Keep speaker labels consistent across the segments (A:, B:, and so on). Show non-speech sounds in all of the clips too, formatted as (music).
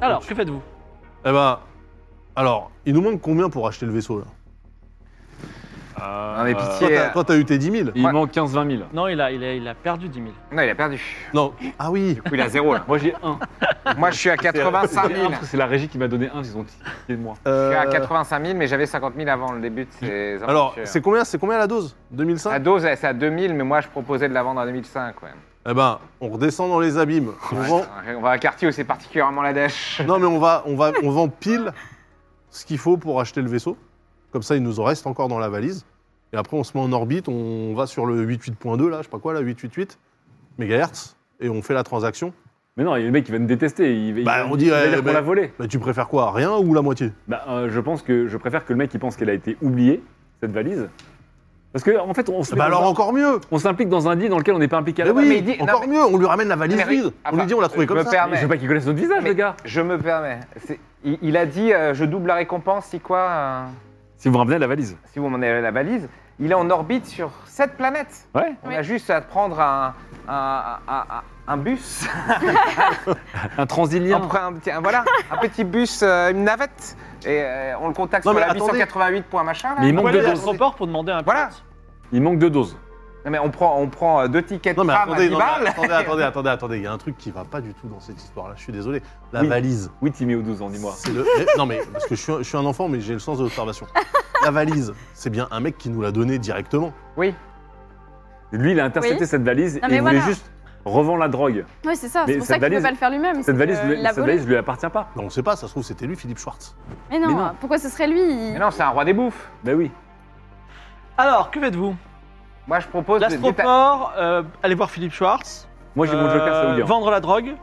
A: Alors, que faites-vous
B: Eh ben, alors, il nous manque combien pour acheter le vaisseau là
C: Non, Ah, mais pitié.
B: Toi, t'as- Toi, t'as eu tes 10 000
D: Il
C: Ouais.
D: manque 15-20 000.
A: Non, il a, il, a, il a perdu 10 000.
C: Non, il a perdu.
B: Non. Ah oui.
C: Du coup, il a zéro, là.
D: Moi j'ai un.
C: Moi, je suis à 85
D: J'ai un
C: 000.
D: parce que c'est la régie qui m'a donné un, ils ont tiqué de moi.
C: Je suis à
B: Euh,
C: 85 000, mais j'avais 50 000 avant le début de ces
B: Alors,
C: aventures.
B: c'est combien, c'est combien la dose
C: La
B: 2005
C: dose, elle, c'est à 2000, mais moi, je proposais de la vendre à 2005, ouais.
B: Eh ben, on redescend dans les abîmes. On
C: Ah. Ouais,
B: vend...
C: On va à un quartier où c'est particulièrement la dèche.
B: Non, mais on va, on va, on vend pile ce qu'il faut pour acheter le vaisseau. Comme ça, il nous en reste encore dans la valise. Et après, on se met en orbite, on va sur le 88.2 là, je sais pas quoi là, 888 mégahertz, et on fait la transaction.
D: Mais non, il y a des mecs qui va me détester. Il, il-
B: Bah, on dit,
D: il va
B: euh,
D: dire qu'on
B: mais-
D: l'a volé.
B: Mais tu préfères quoi, rien ou la moitié
D: Bah, euh, je pense que je préfère que le mec il pense qu'elle a été oubliée, cette valise. Parce que en fait, on se met
B: Bah
D: dans
B: alors
D: un-
B: encore mieux.
D: on s'implique dans un deal dans lequel on n'est pas impliqué à
B: Mais
D: la base.
B: oui,
C: il dit- non,
B: encore mieux. On lui ramène la valise
C: Mais oui,
B: vide. On
C: enfin, euh,
B: lui dit, on l'a trouvé
C: je
B: comme
C: me
B: ça.
C: perds.
D: Mais Je veux pas qu'ils connaissent notre visage,
C: Mais-
D: le gars.
C: Je me permets. C'est- Il, il a dit, euh, je double la récompense si quoi, euh,
D: Si vous ramenez la valise.
C: si vous m'en avez la valise. Il est en orbite sur cette planète.
D: Ouais.
C: On a juste à prendre un, un, un- un- un bus,
D: Un
C: un,
D: transilien.
C: pre- un petit- un- voilà, un petit bus, euh, une navette, et euh, on le contacte
B: Non,
C: sur
B: mais
C: la
B: attendez.
C: 888 point machin. là.
D: Mais il manque
A: Pourquoi
D: de
A: il est
D: doses.
A: dans le port pour demander un
C: Ah, Voilà.
A: pilote
D: Il manque deux doses.
C: Non, mais on prend, on prend euh, deux tickets de
B: Non mais
C: tram à
B: attendez,
C: 10
B: non, mais
C: balles.
B: attendez,
C: (laughs)
B: attendez, attendez, attendez. Il y a un truc qui va pas du tout dans cette histoire-là. Je suis désolé. La
D: Oui.
B: valise.
D: Oui, Timmy, aux 12 ans, dis-moi.
B: C'est le- mais- non mais parce que je suis, un- je suis un enfant mais j'ai le sens de l'observation. La valise, c'est bien un mec qui nous l'a donnée directement.
C: Oui,
D: Lui, il a intercepté
E: Oui.
D: cette valise et
E: Non, mais
D: il voulait
E: voilà.
D: juste revendre la drogue.
E: Oui, c'est ça.
D: Mais
E: C'est pour ça
D: cette
E: qu'il ne
D: valise-
E: peut pas le faire lui-même. c'est
D: Cette valise,
E: que
D: lui-
E: il l'a
D: cette
E: volée.
D: valise lui appartient pas.
B: Non, on sait pas, ça se trouve c'était lui Philippe Schwartz.
E: Mais non,
D: Mais non.
E: pourquoi ce serait lui il-
C: mais non, c'est un roi des bouffes.
D: Bah oui.
A: Alors, que faites-vous
C: Moi, je propose de déta-
A: L'astroport, euh, allez voir Philippe Schwartz.
D: Moi, j'ai mon joker
A: euh,
D: saoudien.
A: Vendre la drogue.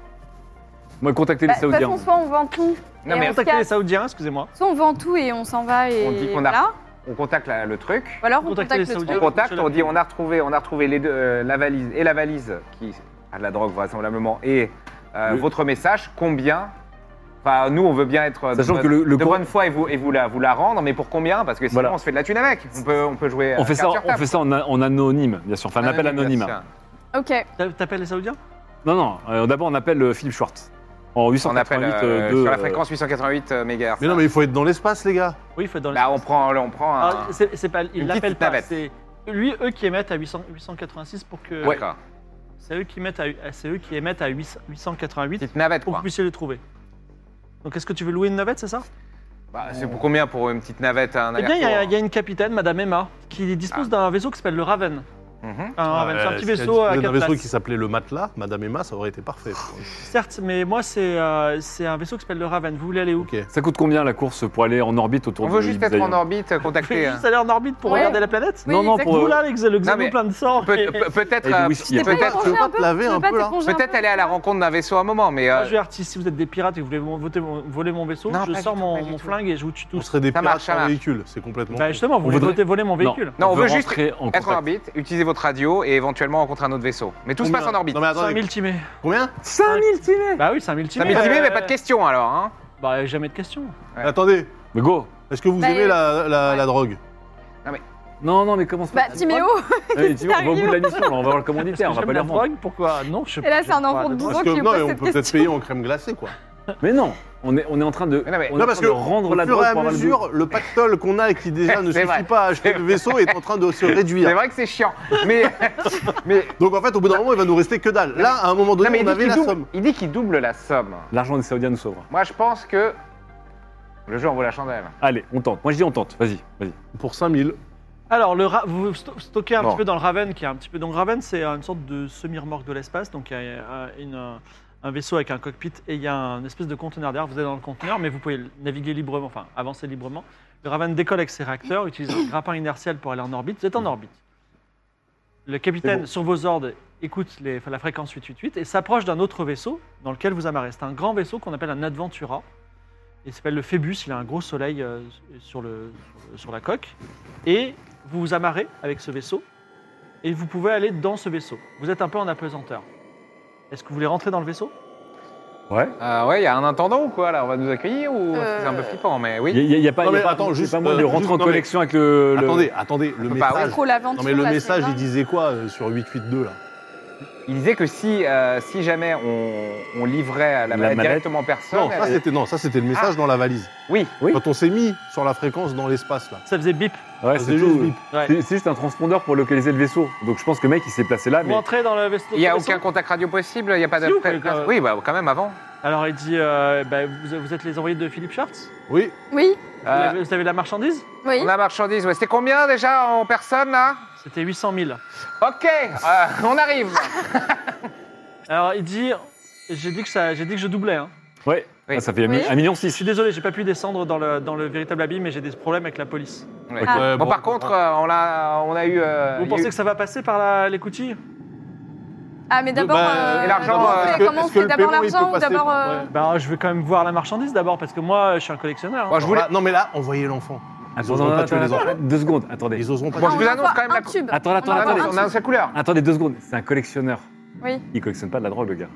D: Moi, contactez
E: Bah,
D: les
E: de toute façon,
D: saoudiens.
E: soit on vend tout.
C: Non, mais
E: et on se
A: Contactez les
E: casse.
A: Saoudiens, excusez-moi.
E: Soit on vend tout et on s'en va et
C: On dit qu'on a-
E: voilà.
C: on contacte la- le truc.
E: Ou alors on
A: Contactez
E: contacte
A: les
E: le
A: Saoudiens.
C: On
E: truc.
C: contacte, on dit on a retrouvé, on a retrouvé les deux, euh, la valise et la valise qui a de la drogue vraisemblablement et euh,
D: Oui.
C: votre message. Combien Enfin, nous, on veut bien être euh, de,
D: Sachant
C: bonne,
D: que le- le
C: de
D: co-
C: bonne foi et vous, et vous la, vous la rendre, mais pour combien Parce que sinon,
D: Voilà.
C: on se fait de la thune avec. On peut, on peut jouer. euh,
D: On fait ça, on fait ça en, a- en anonyme, bien sûr. Enfin, un appel anonyme.
E: Ok.
A: T'a- T'appelles les Saoudiens
D: Non, non. euh, D'abord, on appelle euh, Philippe Schwartz. En
C: On
D: 888
C: appelle euh,
D: euh, de-
C: sur la
D: euh,
C: fréquence 888 MHz.
B: Mais non mais il faut être dans l'espace les gars.
A: Oui, il faut être dans les.
C: Là, Bah, on prend, on prend un.
A: Ah, c'est- c'est pas, ils
C: petite
A: l'appellent pas.
C: navette.
A: C'est lui, eux qui émettent à 800 886 pour que.
C: Ouais.
A: C'est eux qui émettent à, c'est eux qui émettent à 800 888
C: Petite navette,
A: pour que
C: quoi.
A: vous puissiez les trouver. Donc, est-ce que tu veux louer une navette, c'est ça
C: Bah, c'est pour combien pour une petite navette Ah. un
A: Eh bien, il y, a- il
C: aller-retour
A: y a une capitaine, Madame Emma, qui dispose d'un vaisseau qui s'appelle le Raven.
C: Mhm.
A: Un, Raven, c'est un
B: Euh,
A: petit
B: si
A: vaisseau
B: elle
A: à
B: disposait d'un
A: quatre
B: vaisseau
A: places.
B: qui s'appelait le matelas, Madame Emma, ça aurait été parfait.
A: Certes, mais moi, c'est euh, c'est un vaisseau qui s'appelle le Raven. Vous voulez aller où
B: ok.
D: Ça coûte combien la course pour aller en orbite autour
C: On
D: de
C: veut juste être
D: Ibiza
C: en orbite,
A: Vous
C: euh,
A: (laughs) voulez
C: contacter.
A: juste aller en orbite pour
E: Ouais.
A: regarder la planète
E: Oui,
D: Non, non, pour- euh,
A: Vous, là, avec le xéno
C: mais-
A: plein de sang.
C: Peut-
A: et-
C: peut- Peut-être.
B: Eh,
D: Et du
C: euh,
D: whisky.
E: Tu t'es pas
C: Peut-être-
E: dérangé
B: tu veux pas hein.
E: un
B: te
E: peu
B: laver
E: Tu veux
B: un
E: pas
B: peu, là
E: t'éranger un
C: Peut-être
E: peu
C: aller à la rencontre d'un vaisseau à un moment, mais. euh,
A: Moi, Ah, je vais artiste, si vous êtes des pirates et que vous voulez vo- voter mon- voler mon vaisseau,
C: Non,
A: je
C: pas du
A: sors
C: tout,
A: mon,
C: pas du
A: mon
C: tout.
A: flingue et je vous tue
B: On
A: tous.
B: serait des
C: Ça
B: pirates
C: marche, ça
B: sans
C: marche.
B: véhicule, c'est complètement.
A: Bah, justement, vous
D: On
A: voulez
D: voudrait-
A: voter- voler mon
D: Non.
A: véhicule.
C: Non, on, veut juste
D: rentrer en
C: être en
D: contact.
C: orbite, utiliser votre radio et éventuellement rencontrer un autre vaisseau. Mais tout se
B: Combien
C: passe en orbite.
B: Non mais
A: C'est un
B: attendez,
A: multimé.
B: combien
D: 5000 timés
A: Bah oui, c'est un multimé.
C: Ça m'est intimé,
A: Euh,
C: mais pas de question alors. Hein.
A: Bah, jamais de question.
C: Ouais.
B: Attendez,
D: Mais go
B: est-ce que vous
E: Bah,
B: aimez
E: euh,
B: la, la, la drogue
D: Non, non, mais commence pas.
E: Bah, Timéo (laughs)
D: Allez, Timéo, on va au bout de la mission, là, on va voir le
A: Parce que
D: commanditaire, on va
A: j'aime
D: pas
A: la
D: les revendre.
A: drogue, pourquoi Non, je
E: Et là, c'est un
A: j'aime pas
E: enfant
A: la
E: de
A: drogue.
E: Bon,
B: Parce que
E: qui
B: non,
E: me pose
B: mais on
E: cette
B: peut peut-être
E: question.
B: payer en crème glacée quoi.
D: Mais non, on est, on est en train de,
C: Mais non, mais-
D: on est
B: Non
D: en
B: parce
D: train
B: que
D: de rendre la
B: au fur
D: drogue
B: et à
D: pour avoir le goût.
B: mesure, le pactole qu'on a et qui déjà ne
C: (laughs) C'est
B: suffit
C: vrai.
B: pas à acheter le vaisseau est en train de se réduire.
C: C'est vrai que c'est chiant. Mais, (laughs) mais
B: Donc en fait, au bout d'un moment, il va nous rester que dalle. Là, à un moment
C: non,
B: donné,
C: mais il
B: on
C: dit
B: avait
C: qu'il
B: la
C: double,
B: somme.
C: il dit qu'il double la somme.
D: L'argent des Saoudiens nous sauvera.
C: Moi, je pense que le jeu en vaut la chandelle.
D: Allez, on tente. Moi, je dis on tente. Vas-y, vas-y.
B: Pour 5000.
A: Alors, le ra- vous sto- stockez un
C: Bon.
A: petit peu dans le Raven, qui est un petit peu. Donc, Raven, c'est une sorte de semi-remorque de l'espace. Donc, il y a euh, une, euh, un vaisseau avec un cockpit et il y a un espèce de conteneur d'air. Vous êtes dans le conteneur, mais vous pouvez naviguer librement, enfin avancer librement. Le Raven décolle avec ses réacteurs, utilise un grappin inertiel pour aller en orbite. Vous êtes en orbite. Le capitaine,
D: Mm. C'est bon.
A: sur vos ordres, écoute les- la fréquence 888 et s'approche d'un autre vaisseau dans lequel vous amarrez. C'est un grand vaisseau qu'on appelle un Adventura. Il s'appelle le Phébus, il a un gros soleil euh, sur, le, sur le- sur la coque. Et vous vous amarrez avec ce vaisseau et vous pouvez aller dans ce vaisseau. Vous êtes un peu en apesanteur. Est-ce que vous voulez rentrer dans le vaisseau
D: Ouais.
C: Euh, ouais, il y a un intendant ou quoi là On va nous accueillir ou
E: Euh.
C: c'est un peu flippant, mais
D: Il
C: oui.
D: n'y a, y a pas,
B: Non,
D: y a
B: mais
D: pas-
B: attends,
D: c'est
B: juste,
D: pas moyen de
B: euh,
D: rentrer
B: juste,
D: en
B: non, mais-
D: connexion avec le. le-
B: Attendez, attendez, le
C: peut pas,
E: C'est
B: message.
E: trop l'aventure.
B: Non mais le
E: là, c'est
B: message, il
E: dingue.
B: disait quoi euh, sur 882 là
C: Il disait que si, euh, si jamais on, on livrait à la,
D: La
C: maladie
D: mallette.
C: directement personne,
B: Non, ça
C: elle-
B: c'était non, ça c'était le message dans la valise.
C: Ah. oui,
D: Oui.
B: Quand on s'est mis sur la fréquence dans l'espace là.
A: Ça faisait bip.
D: Ouais,
B: Ça
D: c'est
B: faisait juste
D: tout.
B: bip.
A: Ah, Ouais.
D: C'est c'est juste un transpondeur pour localiser le vaisseau. Donc je pense que le mec il s'est placé là,
A: Vous
D: mais
A: entrez dans le vaisseau.
C: il n'y a
A: le vaisseau.
C: aucun contact radio possible, il n'y a pas
A: Si,
C: de.
A: vous
C: pré-
A: pouvez quand même.
C: Oui, bah, quand même avant.
A: Alors il dit euh, bah, vous, vous êtes les envoyés de Philippe Schwartz
B: Oui,
E: Oui,
A: vous,
C: Euh,
A: avez, vous avez la marchandise
E: oui.
C: on a marchandise, ouais. C'était combien déjà en personne là
A: C'était 800 000.
C: Ok, euh, on arrive.
A: Alors il dit j'ai dit que ça, j'ai dit que je doublais. hein.
D: ouais,
C: Oui.
D: Ah, ça fait un mi-
E: Oui.
D: un million
A: Je
D: six.
A: suis désolé, j'ai pas pu descendre dans le, dans le véritable abîme, mais j'ai des problèmes avec la police.
C: Ouais.
D: Ok.
E: Ah.
B: Ouais,
C: bon,
B: bon,
C: par contre, euh, on a, on a eu. euh,
A: Vous
C: il y a
A: pensez
C: eu-
A: que ça va passer par la, les coutilles
E: Ah, mais d'abord.
B: Bah,
E: euh,
C: et l'argent,
E: d'abord,
C: euh,
E: on fait-
C: est-ce
B: que-
E: Comment on
B: est-ce que
E: fait
B: le
E: D'abord
B: paiement, il peut
E: l'argent ou
B: passer
E: d'abord.
B: par-
E: euh,
A: Bah je vais quand même voir la marchandise d'abord parce que moi je suis un collectionneur. hein.
C: Moi, je voulais.
B: Là, non mais là, on voyait l'enfant. Ils oseront pas tuer les enfants.
D: Deux secondes, attendez.
B: Ils oseront pas.
C: Bon,
B: tuer.
C: je vous
E: on
C: annonce
E: envoie
C: quand même
E: un
C: la-
E: tube.
D: Attends,
E: On
D: attends,
E: va
D: attendez,
E: voir
C: on a
E: un
C: un seul couleur.
D: Attendez deux secondes, c'est un collectionneur.
E: Oui.
D: Il collectionne pas de la drogue, le gars.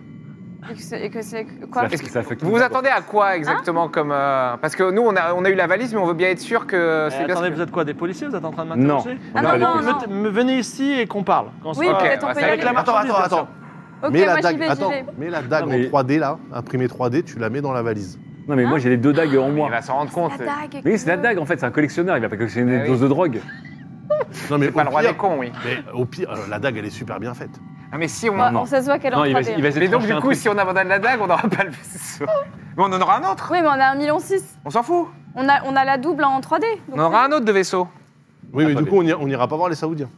E: Et que c'est- Et que c'est quoi
D: Ça- ça fait
C: Vous vous attendez à quoi exactement comme euh, Parce que nous, on a, on a eu la valise, mais on veut bien être sûr que
A: Eh,
C: Ah, c'est bien.
A: attendez,
C: ce que-
A: vous êtes quoi Des policiers Vous êtes en train de
D: Non.
A: m'interroger
D: On va
E: Ah non,
D: aller
E: non,
D: plus.
E: non.
A: Me- me- Venez ici et qu'on parle. Qu'on se
E: Oui,
A: voit.
E: peut-être
C: bah,
E: on peut y
C: c'est
A: Avec
E: aller.
A: la
B: Attends,
A: marchandise.
B: attends,
A: bien sûr.
B: attends.
E: Ok,
B: Mets la
E: moi j'y
B: dague,
E: vais, j'y
B: attends,
E: vais.
B: mets la dague
D: Non, mais-
B: en 3D là, imprimée 3D, tu la mets dans la valise.
D: Non, mais moi j'ai les deux dagues en
C: Hein Mais
D: moi.
C: Il va s'en rendre compte.
E: La dague.
D: Oui, c'est la
E: que-
D: dague en fait, c'est un collectionneur, il va pas collectionner
C: Ah
D: des
C: oui.
D: doses de drogue.
B: Non mais
C: C'est pas le
B: au
C: roi des
B: pire,
C: cons, oui.
B: mais au pire, euh, la dague elle est super bien faite.
C: Ah, mais si on.
E: Bah,
D: Non.
E: On ça se voit qu'elle est en
D: Non, il va,
E: 3D.
D: il va essayer
C: mais
D: de
C: donc,
D: trancher
C: du
D: un
C: coup,
D: truc.
C: si on abandonne la dague, on n'aura pas le vaisseau. Mais on en aura un autre.
E: Oui, mais on a 1,6 million.
C: On s'en fout.
E: On a, on a la double en 3D. donc
C: On aura un autre de vaisseau.
B: Oui, mais
D: Attendez.
B: du coup, on ira- on ira pas voir les Saoudiens.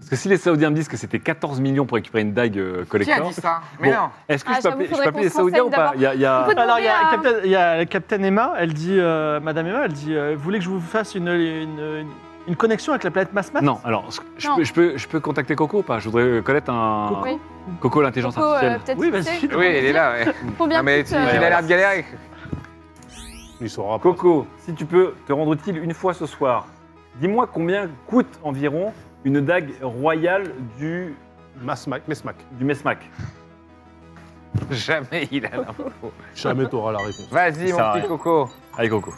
D: Parce que si les Saoudiens me disent que c'était 14 millions pour récupérer une dague euh,
C: Qui a
D: collector,
C: dit ça Mais
D: Bon.
C: non.
D: est-ce que
E: Ah,
D: je peux
E: j'avoue,
D: appeler, je peux
E: faudrait
D: appeler
E: qu'on
D: les
E: se
D: Saoudiens ou pas
E: renseigne
D: Il y a- il y a-
E: On peut
A: Alors, il y, a
E: demander à-
A: Captain- il y a Captain Emma, elle dit, euh, Madame Emma, elle dit, euh, vous voulez que je vous fasse une, une, une- une connexion avec la planète Masmat
D: Non, alors, je- je,
E: Non.
D: Peux, je, peux, je peux contacter Coco ou pas Je voudrais connaître un.
A: Coco
E: Oui.
D: Coco, l'intelligence
E: Coco, euh,
D: artificielle.
E: peut-être
A: Oui,
E: tu
A: vas-y.
E: sais,
C: Oui, elle est là, ouais.
E: Combien
C: Non, mais
E: coûte,
C: tu- il
E: euh,
C: a l'air de galérer.
B: Il saura pas.
D: Coco, si tu peux te rendre utile une fois ce soir, dis-moi combien coûte environ une dague royale du,
B: Masmac, Mesmac.
D: du Mesmac
C: Jamais il a l'info.
B: Jamais t'auras la réponse.
C: Vas-y,
D: Ça
C: mon petit
D: arrive.
C: coco.
D: Allez, Coco.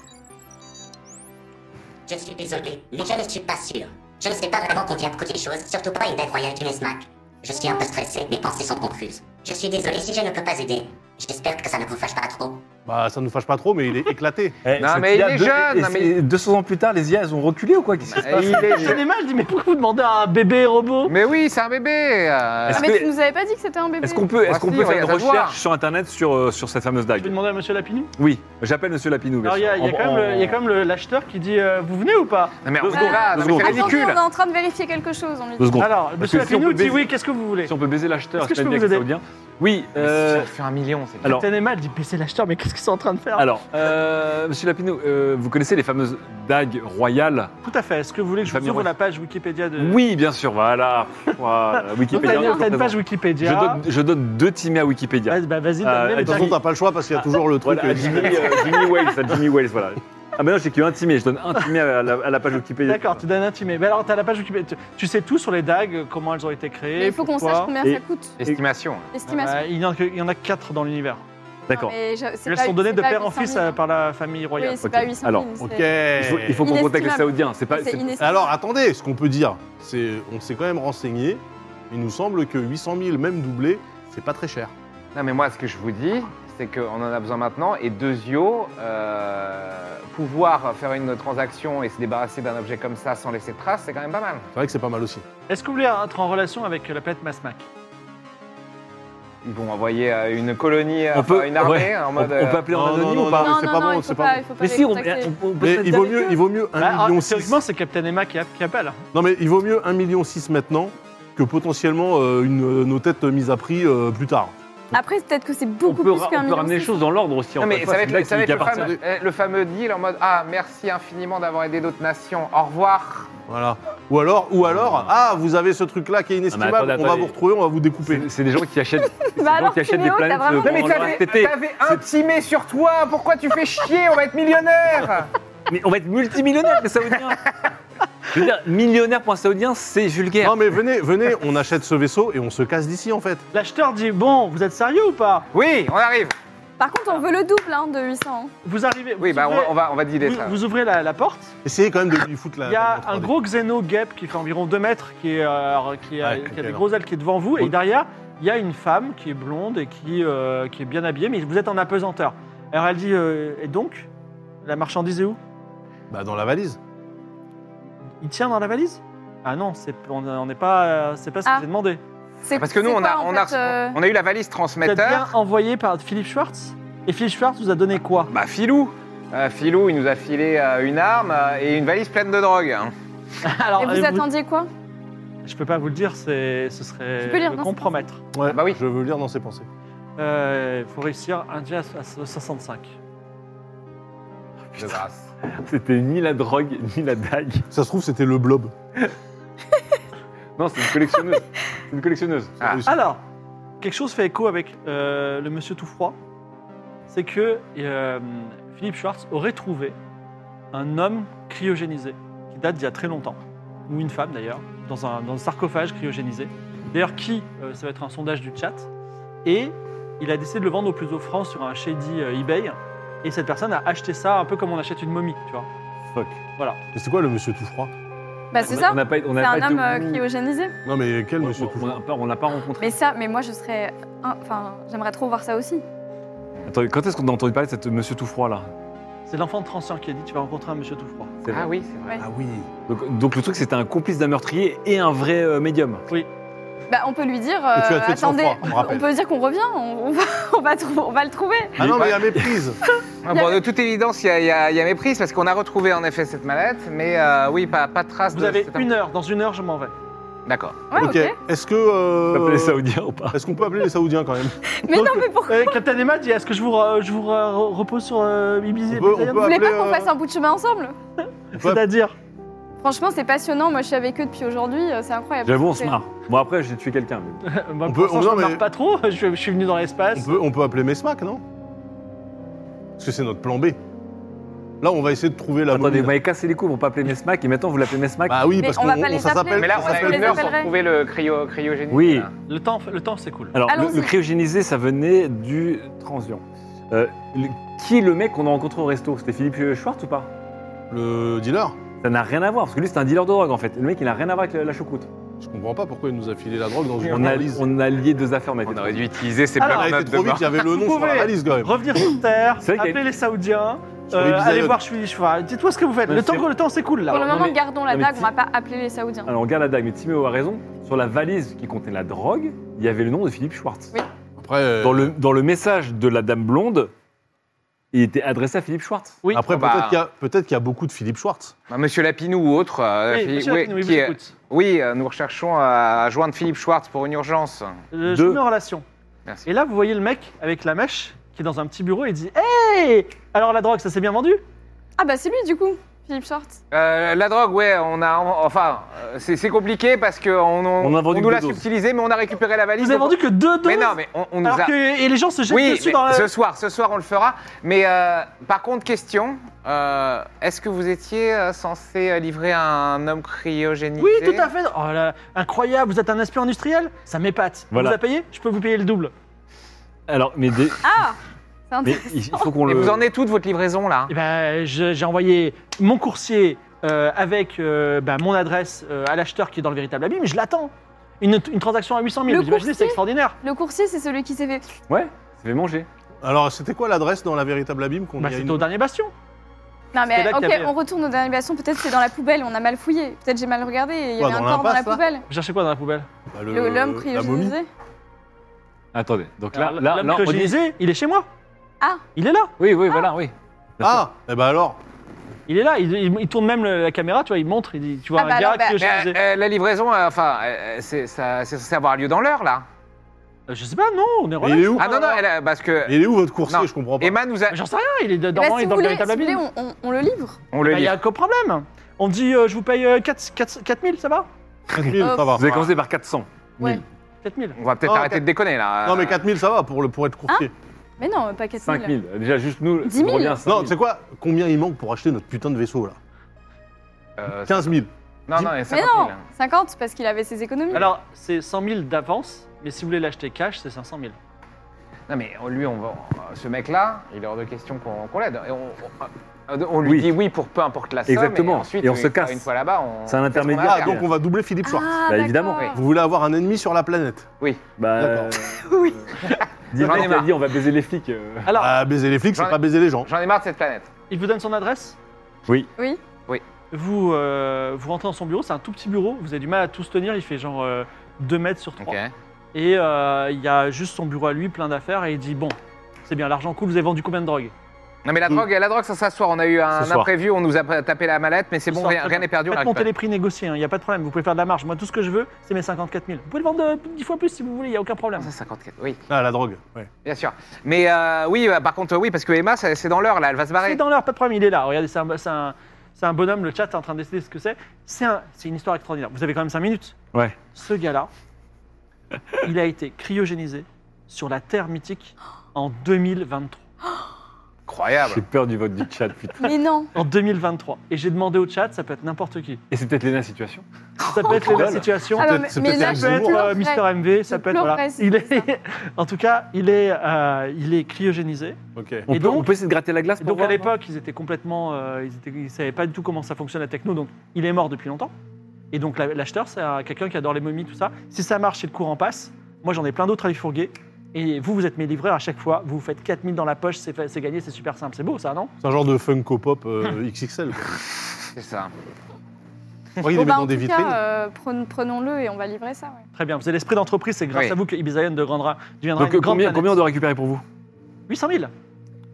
F: Je suis désolé, mais je ne suis pas sûr. Je ne sais pas vraiment combien coûtent les choses, surtout pas une date royale du Nesmac. Je suis un peu stressé, mes pensées sont confuses. Je suis désolé si je ne peux pas aider. J'espère que ça ne vous fâche pas trop.
B: Bah, ça nous fâche pas trop, mais il est (laughs) éclaté.
D: Eh,
C: Non,
D: cette
C: mais il
D: IA
C: est
D: de-
C: jeune,
D: et
C: non, mais-
D: c'est- 200 ans plus tard, les IA, elles ont reculé ou quoi Qu'est-ce qui se
C: Et
D: passe
C: il est-
A: Captain Emma, elle dit, mais pourquoi vous demandez à un bébé robot
C: Mais oui, c'est un bébé. euh,
D: Est-ce
E: Mais
D: que-
E: tu nous avais pas dit que c'était un bébé.
D: Est-ce qu'on peut, est-ce
C: Ah
D: qu'on
C: si,
D: peut faire
C: regarde,
D: une
C: ça se voit.
D: recherche sur Internet sur, euh, sur cette fameuse
A: Je vais
D: dague
A: demander à Monsieur Lapinou.
D: Oui, j'appelle Monsieur Lapinou. bien
A: Alors, il y, a- il
D: sûr.
A: y a
D: En-
A: quand même le- il y a quand même le- l'acheteur qui dit, euh, vous venez ou pas
C: Non, mais on
D: Deux
C: y va,
D: secondes, deux
C: non, mais c'est
D: secondes.
E: Attendez,
C: ridicule.
E: on est en train de vérifier quelque chose. On lui
D: en- Deux
E: dit.
D: secondes.
A: Alors,
D: Parce que
A: Monsieur
D: si on
A: Lapinou
D: peut
A: dit,
D: baiser-
A: oui, qu'est-ce que vous voulez
D: Si on peut baiser l'acheteur,
A: Est-ce Ah, que
D: c'est
A: je peux
D: bien
A: vous aider
D: saoudien. Oui,
C: Si
D: euh,
C: on fait un million, c'est
D: alors-
A: Captain Emma, elle dit, baisser l'acheteur, mais qu'est-ce qu'ils sont en train de faire
D: alors, euh, monsieur Lapinou, euh, vous connaissez les fameuses dagues royales
A: Tout à fait. Est-ce que vous voulez que je vous
D: Famille
A: ouvre
D: Royce.
A: la page Wikipédia de...
D: Oui, bien sûr, voilà. Voilà,
A: Euh. (laughs) Donc,
D: Wikipédia.
A: t'as une-
D: je
A: t'as une page
D: présente. je,
A: Wikipédia.
D: donne, je donne deux timés à Wikipédia.
A: Vas-y, bah, vas-y,
D: Euh,
A: donne-les, mais
B: De toute
D: attends,
A: t'as-
B: façon, t'as pas le choix parce qu'il y a toujours le truc.
D: Ah, Voilà,
B: euh,
D: à Jimmy, euh, Jimmy Wales, à Jimmy Wales, voilà. Ah bah non, j'ai qu'un timé, je donne un timé à la, à la page Wikipédia.
A: D'accord, tu donnes un timé. Mais alors, t'as la page Wikipédia. Tu, tu sais tout sur les dagues, comment elles ont été créées.
E: Mais il faut qu'on
A: pourquoi.
E: sache combien
D: Et-
E: ça coûte.
C: Estimation.
E: L'estimation.
A: Euh, il, y en a, que- il y en a quatre dans l'univers.
D: D'accord.
A: Elles sont données de père en fils euh, par la famille
E: Oui,
A: royale.
E: c'est
D: Ok.
E: pas 800
D: Alors,
E: 000. c'est-
B: Ok.
D: Il faut, il faut qu'on contacte les Saoudiens. C'est pas.
E: C'est
D: c'est-
E: inestimable.
B: Alors, attendez, ce qu'on peut dire, c'est on s'est quand même renseigné. Il nous semble que 800 000, même doublé, c'est pas très cher.
C: Non, mais moi, ce que je vous dis, c'est qu'on en a besoin maintenant. Et Dezio, euh, pouvoir faire une transaction et se débarrasser d'un objet comme ça sans laisser de trace, c'est quand même pas mal.
B: C'est vrai que c'est pas mal aussi.
A: Est-ce que vous voulez être en relation avec la planète Masmac
C: Ils vont envoyer euh, une colonie, euh,
D: On peut-
C: enfin, une armée
D: ouais.
C: en
D: on, on
C: mode.
D: peut
C: euh,
D: appeler
B: Non,
D: en
B: non,
D: anonyme
B: non,
D: ou pas
B: non,
E: Non,
B: c'est
E: non,
B: pas
E: non,
B: bon,
E: il
B: c'est
E: faut
B: pas
E: pas,
B: bon.
E: il faut pas
D: Mais
E: les
D: si, on,
E: contacter.
D: on- on peut
B: Mais
D: se
B: il
D: dire Bah,
B: vaut
D: avec
B: mieux,
D: eux.
B: il vaut mieux 1
A: Ah, ah,
B: million
A: Théoriquement, c'est Captain Emma qui, app- qui appelle.
B: Non mais il vaut mieux 1,6 million maintenant que potentiellement euh, une, euh, nos têtes mises à prix euh, plus tard.
E: Après, peut-être que c'est
D: On
E: beaucoup
D: peut,
E: plus
D: ra-
E: qu'un
D: on peut
E: million.
D: ramener les
E: six.
D: choses dans l'ordre aussi.
C: Non,
D: encore
C: mais
D: une
C: ça
D: fois,
C: va
D: c'est
C: être,
D: là
C: ça va
D: qu'il
C: être le,
D: appartient.
C: fameux, euh, le fameux deal en mode Ah, merci infiniment d'avoir aidé d'autres nations, au revoir.
B: Voilà. Ou alors, ou alors, ah, vous avez ce truc-là qui est inestimable,
D: Ah, attendez,
B: on va
D: attendez.
B: vous retrouver, on va vous découper.
D: C'est- C'est des gens qui achètent, c'est des gens
E: alors,
D: qui achètent des
E: Timéo, t'as
D: planètes.
E: vraiment-
D: euh,
C: Non, mais
D: pendant leur
C: t'avais
D: été.
C: t'avais intimé sur toi, pourquoi tu fais chier On va
D: (laughs)
C: être millionnaire
D: Mais on va être multimillionnaire, les Saoudiens. Je veux dire, millionnaire pour un Saoudien, c'est vulgaire.
B: Non mais venez, venez, on achète ce vaisseau et on se casse d'ici en fait.
A: L'acheteur dit Bon, vous êtes sérieux ou pas
C: Oui, on arrive.
E: Par contre, on veut le double hein, de 800.
A: Vous arrivez.
C: Oui,
A: vous
C: bah on
A: ouvrez-
C: va, on va, on va dealer
A: vous,
C: ça.
A: vous ouvrez la, la porte,
B: Essayez quand même de lui foutre la.
A: il y
B: la
A: a
B: montre en
A: un
B: dé.
A: gros xéno-guêpe qui fait environ 2 mètres, qui, est, euh, qui, a,
B: Ouais,
A: qui a
B: ok,
A: des
B: alors.
A: gros ailes qui est devant vous, et
B: Bon.
A: derrière, il y a une femme qui est blonde et qui, euh, qui est bien habillée, mais vous êtes en apesanteur. Alors elle dit euh, Et donc La marchandise est où
B: Bah dans la valise.
A: Il tient dans la valise Ah non, c'est- on on n'est pas, euh, c'est pas ce que
E: Ah.
A: j'ai demandé.
E: C'est-
C: Parce que nous,
E: c'est
C: on
E: pas,
C: a,
E: en
C: on, a,
E: fait, euh,
C: on a eu la valise
A: Vous êtes bien
C: transmetteur.
A: envoyé par Philippe Schwartz Et Philippe Schwartz vous a donné quoi
E: (laughs)
C: Bah, Filou. Euh, Filou, il nous a filé euh, une arme euh, et une valise pleine de drogue. hein.
A: Alors,
E: Et vous
A: euh, vous-
E: attendiez quoi
A: Je peux pas vous le dire, c'est- ce
E: Tu
A: serait
E: peux lire,
A: le
E: non, c'est
A: compromettre. Euh,
B: Ouais.
C: Ah bah oui.
B: Je veux lire dans ses pensées.
A: Il faut réussir un jet à so- à 65.
C: De grâce.
D: C'était ni la drogue, ni la dague.
B: Ça se trouve c'était le blob.
D: Non, c'est une collectionneuse. c'est une collectionneuse.
C: Ah.
B: C'est-
A: Alors, quelque chose fait écho avec euh, le monsieur tout froid, c'est que euh, Philippe Schwartz aurait trouvé un homme cryogénisé, qui date d'il y a très longtemps, ou une femme d'ailleurs, dans un, dans un sarcophage cryogénisé. D'ailleurs, qui euh, Ça va être un sondage du chat. Et il a décidé de le vendre au plus offrant sur un shady euh, eBay. Et cette personne a acheté ça un peu comme on achète une momie, tu vois.
D: Ah, Fuck.
B: Mais c'est quoi le monsieur tout froid
E: Bah, c'est
D: On a-
E: ça.
D: On n'a pas, on
E: C'est
D: n'a pas
E: un
D: été
E: homme
D: au
E: euh,
D: bout.
E: cryogénisé.
B: Non mais quel
D: On-
B: monsieur tout
D: on-
B: froid
D: on n'a pas- On n'a pas rencontré.
E: Mais ça, mais moi, je serais. un- Enfin, j'aimerais trop voir ça aussi.
D: Attends, quand est-ce qu'on a entendu parler de cette monsieur tout froid là
A: C'est l'enfant de 30 ans qui a dit Tu vas rencontrer un monsieur tout froid.
D: C'est vrai.
C: Ah oui, c'est vrai.
B: Ah oui.
D: donc, donc le truc, c'était un complice d'un meurtrier et un vrai euh, médium.
E: Bah, on peut lui dire.
B: Et tu
E: euh,
B: as tué de
E: attendez,
B: sang-froid, on
E: on
B: rappelle.
E: peut dire qu'on revient. On, on va, (laughs) on va trou- on va le trouver.
B: Ah non mais il y a
D: (laughs)
B: méprise.
C: Ah, bon, de toute évidence, il y a, il y a- il y a méprise parce qu'on a retrouvé en effet cette mallette, mais euh, oui, pas, pas de trace
A: Vous
C: de
A: avez
C: cette-
A: une heure, dans une heure, je m'en vais.
C: D'accord.
E: Ouais, ok.
B: Est-ce que euh,
D: On peut appeler les Saoudiens ou pas
B: Est-ce qu'on peut appeler les Saoudiens quand même
E: Mais
A: Donc,
E: non, mais pourquoi
A: Euh, Captain Emma dit est-ce que je vous, re- je vous re- repose sur euh, Ibiza
B: On peut- on
E: Vous
B: peut-
E: voulez pas
B: appeler,
E: qu'on
B: euh,
E: fasse un bout de chemin ensemble
A: (laughs) C'est-à-dire
E: Franchement, c'est passionnant. Moi, je suis avec eux depuis aujourd'hui. euh, C'est incroyable.
D: J'avoue, on se
E: C'est-
D: marre. Bon, après, j'ai tué quelqu'un.
A: (laughs)
D: mais-
A: Moi,
B: On
A: Bah, pour
B: peut-
A: l'instant,
B: on-
A: je
B: non,
A: me marre
B: mais-
A: pas trop, je, je suis venu dans l'espace.
B: on peut, on peut appeler Mesmac non Parce que c'est notre plan B. Là on va essayer de trouver la.
D: Attendez,
B: momie,
D: vous
B: là.
D: m'avez cassé les couilles, vous pas appelé Mesmac et maintenant vous l'appelez Mesmac.
B: Bah oui
E: Mais
B: parce
E: on
B: qu'on
E: va pas les
B: ça
E: appeler.
B: s'appelle.
C: Mais là,
B: ça
C: on a
E: s'appelle-
C: une heure pour
E: ça s'appelle-
C: trouver le cryo, cryogénie.
D: Oui.
C: là.
A: Le temps, le temps s'écoule.
D: Alors, le,
E: Allons-y.
D: le cryogénisé, ça venait du transion. Euh, le- qui est le mec qu'on a rencontré au resto C'était Philippe Schwartz ou pas
B: le dealer.
D: Ça n'a rien à voir, parce que lui, c'est un dealer de drogue en fait. Le mec, il n'a rien à voir avec la, la choucroute.
B: Je comprends pas pourquoi il nous a filé la drogue dans
D: On
B: une
D: a,
B: valise.
D: on a lié deux affaires, on a été
C: On aurait dû utiliser ces
A: Alors,
B: On a
C: blocs
B: été
C: notes de
B: trop vite,
C: mort.
B: il y avait le nom
A: Vous
B: sur la
A: pouvez-
B: valise quand même.
A: Revenir sur Terre,
D: C'est vrai qu'il y a-
A: appeler les Saoudiens,
B: Sur
A: euh,
B: les
A: allez
B: bisaïotes.
A: voir, je suis, je suis- voilà. Dites-moi ce que vous faites.
D: Mais
A: Le temps,
D: c'est-
A: que- le temps s'écoule là.
E: Pour le
D: non,
E: moment,
D: mais-
E: gardons la
D: non, mais
E: dague.
D: si-
E: On va pas appeler les Saoudiens.
B: Ah.
D: Alors on garde la dague, mais Timéo a raison. Sur la valise qui contenait la drogue, il y avait le nom de Philippe Schwartz.
E: Oui.
B: Après, euh,
D: Dans, le, dans le message de la dame blonde, il était adressé à Philippe Schwartz.
A: Oui.
B: après
C: Ah bah.
B: peut-être qu'il y a peut-être qu'il y a beaucoup de Philippe Schwartz.
C: Bah, Monsieur Lapinou ou autre. euh,
A: Oui,
C: Philippe-
A: monsieur
C: oui,
A: Lapine, oui,
C: qui
A: vous
C: est-
A: écoute.
C: oui, euh, nous recherchons à joindre Philippe Schwartz pour une urgence.
A: Euh, Je
D: Deux.
A: vous mets en relation.
C: Merci.
A: Et là, vous voyez le mec avec la mèche qui est dans un petit bureau et dit Hey Alors la drogue, ça s'est bien vendu
E: Ah bah c'est lui du coup, Philippe Schwartz.
C: Euh, la drogue, ouais, on a. Enfin, euh, c'est c'est compliqué parce qu'on on,
D: On a vendu
C: nous
D: que
C: l'a
D: deux doses.
C: subtilisé, mais on a récupéré la valise.
A: Vous avez
C: donc-
A: vendu que deux doses
C: Mais non, mais on, on nous
A: Alors
C: a.
A: que et les gens se jettent
C: Oui,
A: dessus
C: mais
A: dans la.
C: ce soir, ce soir, on le fera. Mais euh, par contre, question euh, est-ce que vous étiez euh, censé euh, livrer un homme cryogénisé
A: Oui, tout à fait. Oh là, incroyable, vous êtes un espion industriel Ça m'épate.
D: Voilà.
A: Vous a payé Je peux vous payer le double.
D: Alors, mais, des-
E: Ah C'est
D: mais
E: intéressant.
D: il faut qu'on
C: Et
D: le.
C: vous en êtes toute votre livraison là
A: Eh ben, je- j'ai envoyé mon coursier euh, avec euh, bah, mon adresse euh, à l'acheteur qui est dans le véritable abîme, je l'attends. Une, une transaction à 800 000,
E: Le
A: vous imaginez,
E: coursier
A: c'est extraordinaire.
E: Le coursier, c'est celui qui s'est fait.
D: Ouais, ça fait manger.
B: Alors c'était quoi l'adresse dans la véritable abîme qu'on
A: Bah,
B: y a
A: C'était
B: une-
A: au dernier bastion.
E: Non
A: C'était
E: mais
A: là
E: ok,
A: qu'il y avait-
B: euh.
E: on retourne aux dernières versions. Peut-être c'est dans la poubelle. On a mal fouillé. Peut-être j'ai mal regardé. et Il y
B: Quoi,
E: avait un
B: dans
E: corps dans la
B: l'impasse, là
E: poubelle.
A: Vous cherchez quoi dans la poubelle
B: Bah, le-
E: Le- L'homme
B: la momie.
E: cryogénisé.
D: Attendez, donc là,
A: Alors,
D: là,
A: l'homme
D: là, on dit-
A: cryogénisé, il est chez moi.
E: Ah.
A: Il est là,
D: Oui, oui, voilà, oui.
B: Ah, eh ben alors,
A: il est là, il, il- il tourne même le- la caméra, tu vois, il montre, il dit, tu vois,
E: Ah bah
A: un gars
E: alors, bah,
C: Mais,
A: cryogénisé.
C: euh, euh, La livraison, euh, enfin, euh, c'est ça- c'est censé avoir lieu dans l'heure là
A: Euh, Je sais pas, non, on est
B: Mais il
A: relax.
B: est où
C: Ah non, non, elle a- parce que
B: Mais Il est où votre coursier
C: Non.
B: Je comprends pas.
C: Emma nous a.
A: J'en sais rien, il est
E: Eh ben,
A: normalement il
E: si
A: est dans
E: vous
A: le
E: voulez,
A: véritable
E: si vous
A: abîme.
E: voulez, on, on- on le livre.
C: On le
A: Il
C: lit.
A: n'y Bah, a aucun problème. On dit, euh, je vous paye euh, 4 4000, ça va
B: 4000,
E: Euh,
B: ça va.
D: Vous avez commencé Oh, par 400.
E: Ouais.
A: 4000.
C: On va peut-être
B: Non,
C: arrêter
B: quatre-
C: de déconner là. Euh,
B: Non, mais 4000, ça va pour, le, pour être
E: Hein
B: coursier.
E: Mais non, pas 4 000.
D: 5 000. Déjà, juste nous,
E: 10 000.
D: on revient à 5 000.
B: non, tu sais quoi Combien il manque pour acheter notre putain de vaisseau là
C: Euh,
B: 15 000.
C: Non, non, elle est
E: Mais
C: 50
E: non,
C: 000.
E: 50 parce qu'il avait ses économies.
A: Alors, c'est 100 000 d'avance, mais si vous voulez l'acheter cash, c'est 500 000.
C: Non, mais lui, on va. euh, Ce mec-là, il est hors de question qu'on qu'on l'aide. Et On, on- euh, on lui
D: Oui.
C: dit oui pour peu importe la somme.
D: Exactement.
C: Et, ensuite,
D: Et on se
C: une fois-
D: casse.
C: Une fois là-bas, on.
D: C'est un
C: fait ce qu'on a à
D: intermédiaire.
B: Ah,
C: faire.
B: donc on va doubler Philippe Schwartz.
E: Ah,
D: Bah, évidemment.
E: d'accord.
B: Vous voulez avoir un ennemi sur la planète
D: Bah,
B: D'accord.
E: Oui.
D: Dis-moi,
C: J'en ai
D: il a
C: marre.
D: dit on va baiser les flics. euh.
A: Alors,
B: Ah, baiser les flics, c'est
C: J'en ai-
B: pas baiser les gens.
C: J'en ai marre de cette planète.
A: il vous donne son adresse
E: Oui.
A: Vous, euh, vous rentrez dans son bureau, c'est un tout petit bureau, vous avez du mal à tous tenir, il fait genre 2 mètres sur 3.
C: Ok.
A: Et euh, il y a juste son bureau à lui, plein d'affaires, et il dit, bon, c'est bien, l'argent cool, vous avez vendu combien de drogues
C: Non, mais la drogue, la drogue, ça s'assoit. On a eu
B: Ce
C: un
B: soir.
C: imprévu, on nous a tapé la mallette, mais c'est
A: Ce
C: bon,
A: soir,
C: rien
A: faites-
C: rien n'est perdu. on
A: Faites
C: récolte.
A: monter les prix négociés, il n'y a pas de problème, vous pouvez faire de la marge. Moi, tout ce que je veux, c'est mes 54 000. Vous pouvez le vendre euh, 10 fois plus si vous voulez, il n'y a aucun problème.
C: Ah, ça, 54, oui,
B: Ah, la drogue. Ouais.
C: bien sûr. Mais euh, oui, bah, par contre, oui, parce que Emma, ça- c'est dans l'heure, là, elle va se
A: C'est
C: barrer.
A: dans l'heure, pas de problème, il est là. Regardez, c'est un, c'est un- c'est un bonhomme, le chat est en train de décider ce que c'est. C'est un- c'est une histoire extraordinaire. Vous avez quand même 5 minutes.
D: Ouais.
A: Ce gars-là, il a été cryogénisé sur la Terre mythique en 2023.
D: J'ai
C: Incroyable.
D: peur du vote du chat, putain.
E: Mais non.
A: En 2023. Et j'ai demandé au chat, ça peut être n'importe qui.
D: Et c'est peut-être Lena Situation.
A: Ça peut être les deux situations.
E: Ah non,
B: peut-être-
E: mais,
B: c'est
E: mais
B: peut-être
E: là,
A: Ça
B: un
E: je
A: peut être
E: pleurerais.
A: euh, Mister MV, ça
E: Je
A: peut être. voilà.
E: pleurerais si
A: Il
E: c'était
A: est, (laughs) en tout cas, il est, euh, il est cryogénisé.
B: Ok.
D: On,
A: Et
D: peut,
A: donc-
D: on peut essayer de gratter la glace
A: Et
D: pour
A: donc à
D: voir, non
A: l'époque, ils étaient complètement, euh, ils, étaient, ils savaient pas du tout comment ça fonctionne la techno, donc il est mort depuis longtemps. Et donc la- l'acheteur, c'est un- quelqu'un qui adore les momies, tout ça. Si ça marche, c'est le courant passe. Moi, j'en ai plein d'autres à lui fourguer. Et vous, vous êtes mes livreurs à chaque fois. Vous vous faites 4000 dans la poche, c'est fa- c'est gagné, c'est super simple. C'est beau ça, non
B: C'est un genre de Funko Pop euh, XXL. quoi.
C: C'est ça.
B: Je crois qu'il
E: Bon,
B: les met
E: bah,
B: dans
E: en
B: des
E: tout
B: vitrines.
E: cas, euh, prenons- prenons-le et on va livrer ça. ouais.
A: Très bien. Vous avez l'esprit d'entreprise, c'est grâce
C: Oui.
A: à vous que Ibizaïon deviendra, deviendra
D: Donc
A: une
D: euh,
A: grande
D: combien,
A: planète.
D: combien on doit récupérer pour vous
A: 800 000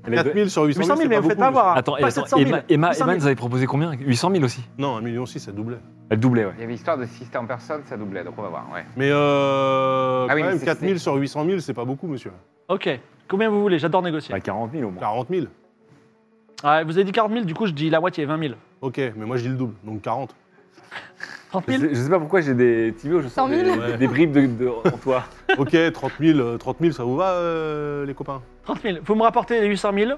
D: Elle est-
B: 4000 sur 800
A: 800
B: 000,
A: 000, mais vous
B: beaucoup,
A: faites pas
B: mais
A: avoir.
D: Attends,
A: pas
D: attends,
A: 700 000.
D: Emma, Emma,
A: 800
D: Emma
A: 000.
D: nous avait proposé combien 800 000 aussi
B: c'est- Non, 1 million 6, ça doublait.
D: Elle doublait, ouais.
C: Il y avait l'histoire de si c'était en personne, ça doublait, donc on va voir, ouais.
B: Mais euh,
C: Ah oui,
B: quand
C: mais
B: même,
C: c'est-
B: 4000 sur 800 000, c'est pas beaucoup, monsieur.
A: Ok. Combien vous voulez J'adore négocier.
D: Bah, 40 000 au moins.
B: 40 000
A: Ah, vous avez dit 40 000, du coup, je dis la moitié, 20 000.
B: Ok, mais moi je dis le double, donc 40.
A: 30
D: Je
A: 000
D: sais, je sais pas pourquoi j'ai des Timéo, je sens
E: 100
D: des,
E: 000.
D: des- des bribes de, de- en toi.
B: (laughs) Ok, 30 000, euh, 30 000, ça vous va, euh, les copains
A: 30 000. Vous me rapportez les 800 000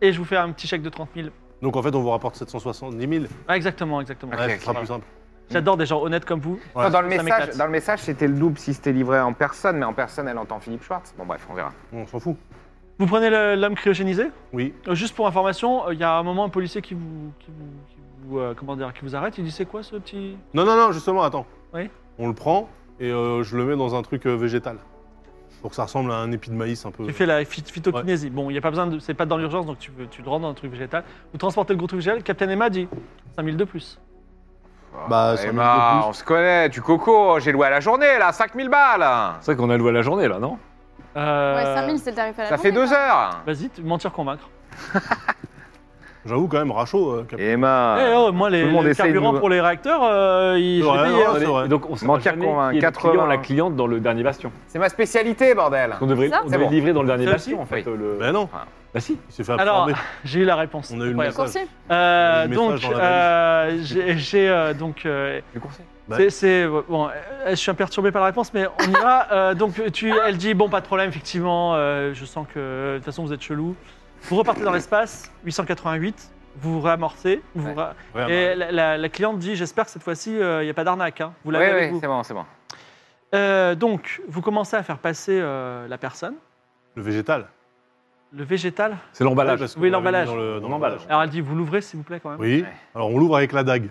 A: et je vous fais un petit chèque de 30 000.
B: Donc en fait, on vous rapporte 770 000.
A: Ah, exactement, exactement.
B: Ouais,
C: ok,
B: ce sera
C: voilà.
B: plus simple.
A: J'adore des gens honnêtes comme vous.
B: Ouais,
C: Non, dans, le
A: ça
C: message,
A: m'éclate.
C: dans le message, c'était le double si c'était livré en personne, mais en personne, elle entend Philippe Schwartz. Bon, bref, on verra.
B: On s'en fout.
A: Vous prenez le- l'homme cryogénisé
B: Oui.
A: Euh, Juste pour information, euh, il y a un moment un policier qui vous, qui vous- qui vous, euh, comment dire, qui vous arrête. Il dit c'est quoi ce petit
B: Non, non, non, justement, attends.
A: Oui.
B: On le prend et euh, je le mets dans un truc euh, végétal. Pour que ça ressemble à un épi de maïs un peu.
A: Tu fais la phy- phytokinésie. Bon, il n'y a pas besoin de, c'est pas dans l'urgence, donc tu, tu le rends dans un truc végétal. Vous transportez le gros truc végétal. Captain Emma dit 5000 de plus.
B: Bah,
C: Oh,
B: ça me
C: Emma,
B: dit plus.
C: on se connaît, tu coco, j'ai loué à la journée, là, 5000
A: Bah
C: balles.
D: (laughs) C'est vrai qu'on a loué à la journée là, non
A: Euh,
E: Ouais, 5000, c'est le tarif à la
C: Ça fait
E: journée,
C: deux
E: quoi.
C: heures.
A: Vas-y, t- mentir convaincre.
B: J'avoue quand même, Rachaud. euh, Cap-
C: Emma.
A: Eh, oh, moi les,
C: le monde
A: le
C: essaye de
A: carburant
C: nous-
A: pour les réacteurs, euh, il- je l'ai
B: Ouais,
A: payé,
B: ouais,
A: hein.
B: ouais. C'est vrai.
D: Et donc Ah on saura
C: Mentir
D: jamais
C: convainc,
D: qui est le
C: 80.
D: client, la cliente dans le dernier bastion.
C: C'est ma spécialité, bordel.
D: On devrait,
E: Ça
D: on devait
C: bon.
D: livrer dans le dernier
A: Ça aussi
D: bastion en fait.
C: Oui.
D: euh, Le...
B: Ben non,
D: Bah si.
B: il s'est fait
A: Alors,
B: absorber.
A: j'ai eu la réponse.
B: On a eu le
A: Incroyable.
B: message.
E: Coursier.
A: Euh,
B: Le message
A: donc,
B: dans la
A: euh, j'ai j'ai, euh, donc. euh,
D: Le conseil.
B: Bah.
A: c'est- c'est- bon, euh, je suis un perturbé par la réponse, mais on y va. Euh, donc, tu, elle dit bon, pas de problème, effectivement. euh, je sens que de toute façon, vous êtes chelou. Vous repartez dans l'espace, 888. Vous vous réamorcez. vous
C: Ouais.
A: ra-
B: Ouais, bah,
A: et la, la- la cliente dit j'espère que cette fois-ci, il n'y a pas d'arnaque. hein. Vous
C: Oui,
A: l'avez avec
C: oui,
A: vous.
C: c'est bon, c'est bon.
A: Euh, donc, vous commencez à faire passer euh, la personne,
B: Le végétal.
A: le végétal.
D: C'est l'emballage.
B: Ouais,
A: Oui,
B: parce qu'on l'a mis
A: l'emballage.
B: dans le- dans
D: L'emballage.
A: Alors, elle dit vous l'ouvrez, s'il vous plaît, quand même.
B: Oui.
C: Ouais.
B: Alors on l'ouvre avec la dague.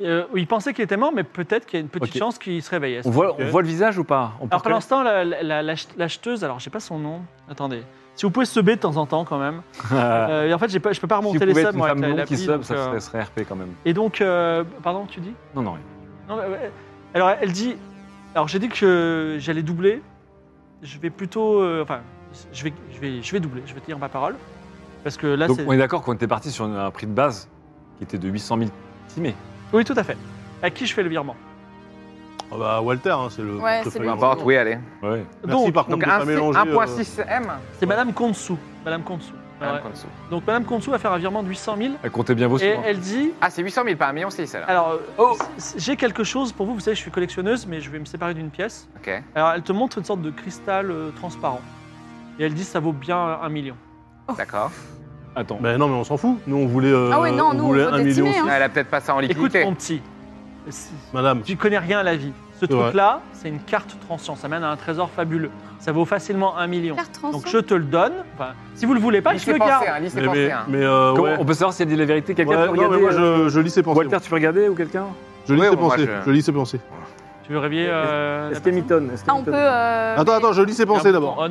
A: Euh, il pensait qu'il était mort, mais peut-être qu'il y a une petite
D: Ok.
A: chance qu'il se réveillait.
D: On voit,
B: Ok.
D: on voit le visage ou pas on peut
A: Alors pour
D: reconnaître
A: l'instant, la- la- la- l'ach- l'acheteuse, alors je sais pas son nom. Attendez. Si vous pouvez subber de temps en temps quand même.
D: (laughs)
A: Euh, et en fait, j'ai pas- je peux pas
D: Ah. Si vous
A: remonter les
D: pouvez être
A: subs
D: une
A: moi,
D: femme
A: avec la-
D: blonde qui
A: l'appli,
D: sub,
A: donc,
D: ça
A: euh,
D: serait- serait RP quand même.
A: Et donc, euh, pardon, tu dis
D: Non, non,
A: Non, mais, ouais. Alors elle dit. Alors j'ai dit que j'allais doubler. Je vais plutôt. euh, enfin, je vais, je vais, je vais doubler. Je vais tenir ma parole parce que là,
D: Donc
A: Ah, c'est.
D: on est d'accord qu'on était parti sur un prix de base qui était de 800 000 timés.
A: Oui, tout à fait. À qui je fais le virement
B: Ah bah, Walter, hein, c'est le.
E: Ouais,
B: portefeuille.
E: c'est
C: Peu
E: lui.
C: importe, oui, allez.
D: Ouais.
B: Merci,
A: Donc,
B: par contre,
C: Donc
B: de pas mélanger. euh,
C: 1.6M.
A: c'est Madame Konsou. Madame Konsou. Ah, Ouais. Donc Madame Konsou va faire un virement de 800 000
D: Elle comptait bien vos sous.
A: et
D: hein.
A: elle dit
C: Ah, c'est 800 000, pas 1 million 6 alors.
A: Alors, euh, c- j'ai quelque chose pour vous. Vous savez, je suis collectionneuse, mais je vais me séparer d'une pièce.
C: Ok.
A: Alors, elle te montre une sorte de cristal euh, transparent. Et elle dit, ça vaut bien un million. Oh.
C: D'accord.
D: Attends.
B: Ben non, mais on s'en fout. Nous, on voulait. euh,
E: Ah ouais, non,
B: on
E: nous, on
B: voulait
E: veut
B: un
E: des
B: million.
E: timés, hein.
B: six-
C: Ah, Elle a peut-être passé en
A: Écoute,
C: liquidité.
A: mon petit, si-
B: Madame.
A: tu connais rien à la vie. Ce
B: vrai.
A: truc-là, c'est une carte transient. Ça mène à un trésor fabuleux. Ça vaut facilement un million.
E: Claire Transon.
A: Donc, je te le donne. Enfin, si vous le voulez pas, je
C: Lycée
A: le
C: pensé,
A: garde.
C: hein, lycée
B: Mais,
C: pensé,
B: mais,
C: hein.
B: mais, euh,
D: Comment-
B: ouais.
D: On peut savoir si elle dit la vérité. Quelqu'un
B: Ouais,
D: peut
B: non,
D: regarder.
B: mais moi,
D: euh, Ah,
B: je, je lis ses pensées.
D: Walter, tu peux regarder ou quelqu'un
B: je lis
C: Ouais,
B: ses
C: bon, moi,
B: pensées.
C: je-
B: Je lis ses pensées.
A: Tu veux réveiller euh, la
D: Est-ce qu'il y a Mitton Est-ce qu'il y a
E: Ah, on peut.
D: Mitton
E: euh,
B: Attends, attends, je lis ses pensées
A: personne
B: d'abord.
A: On.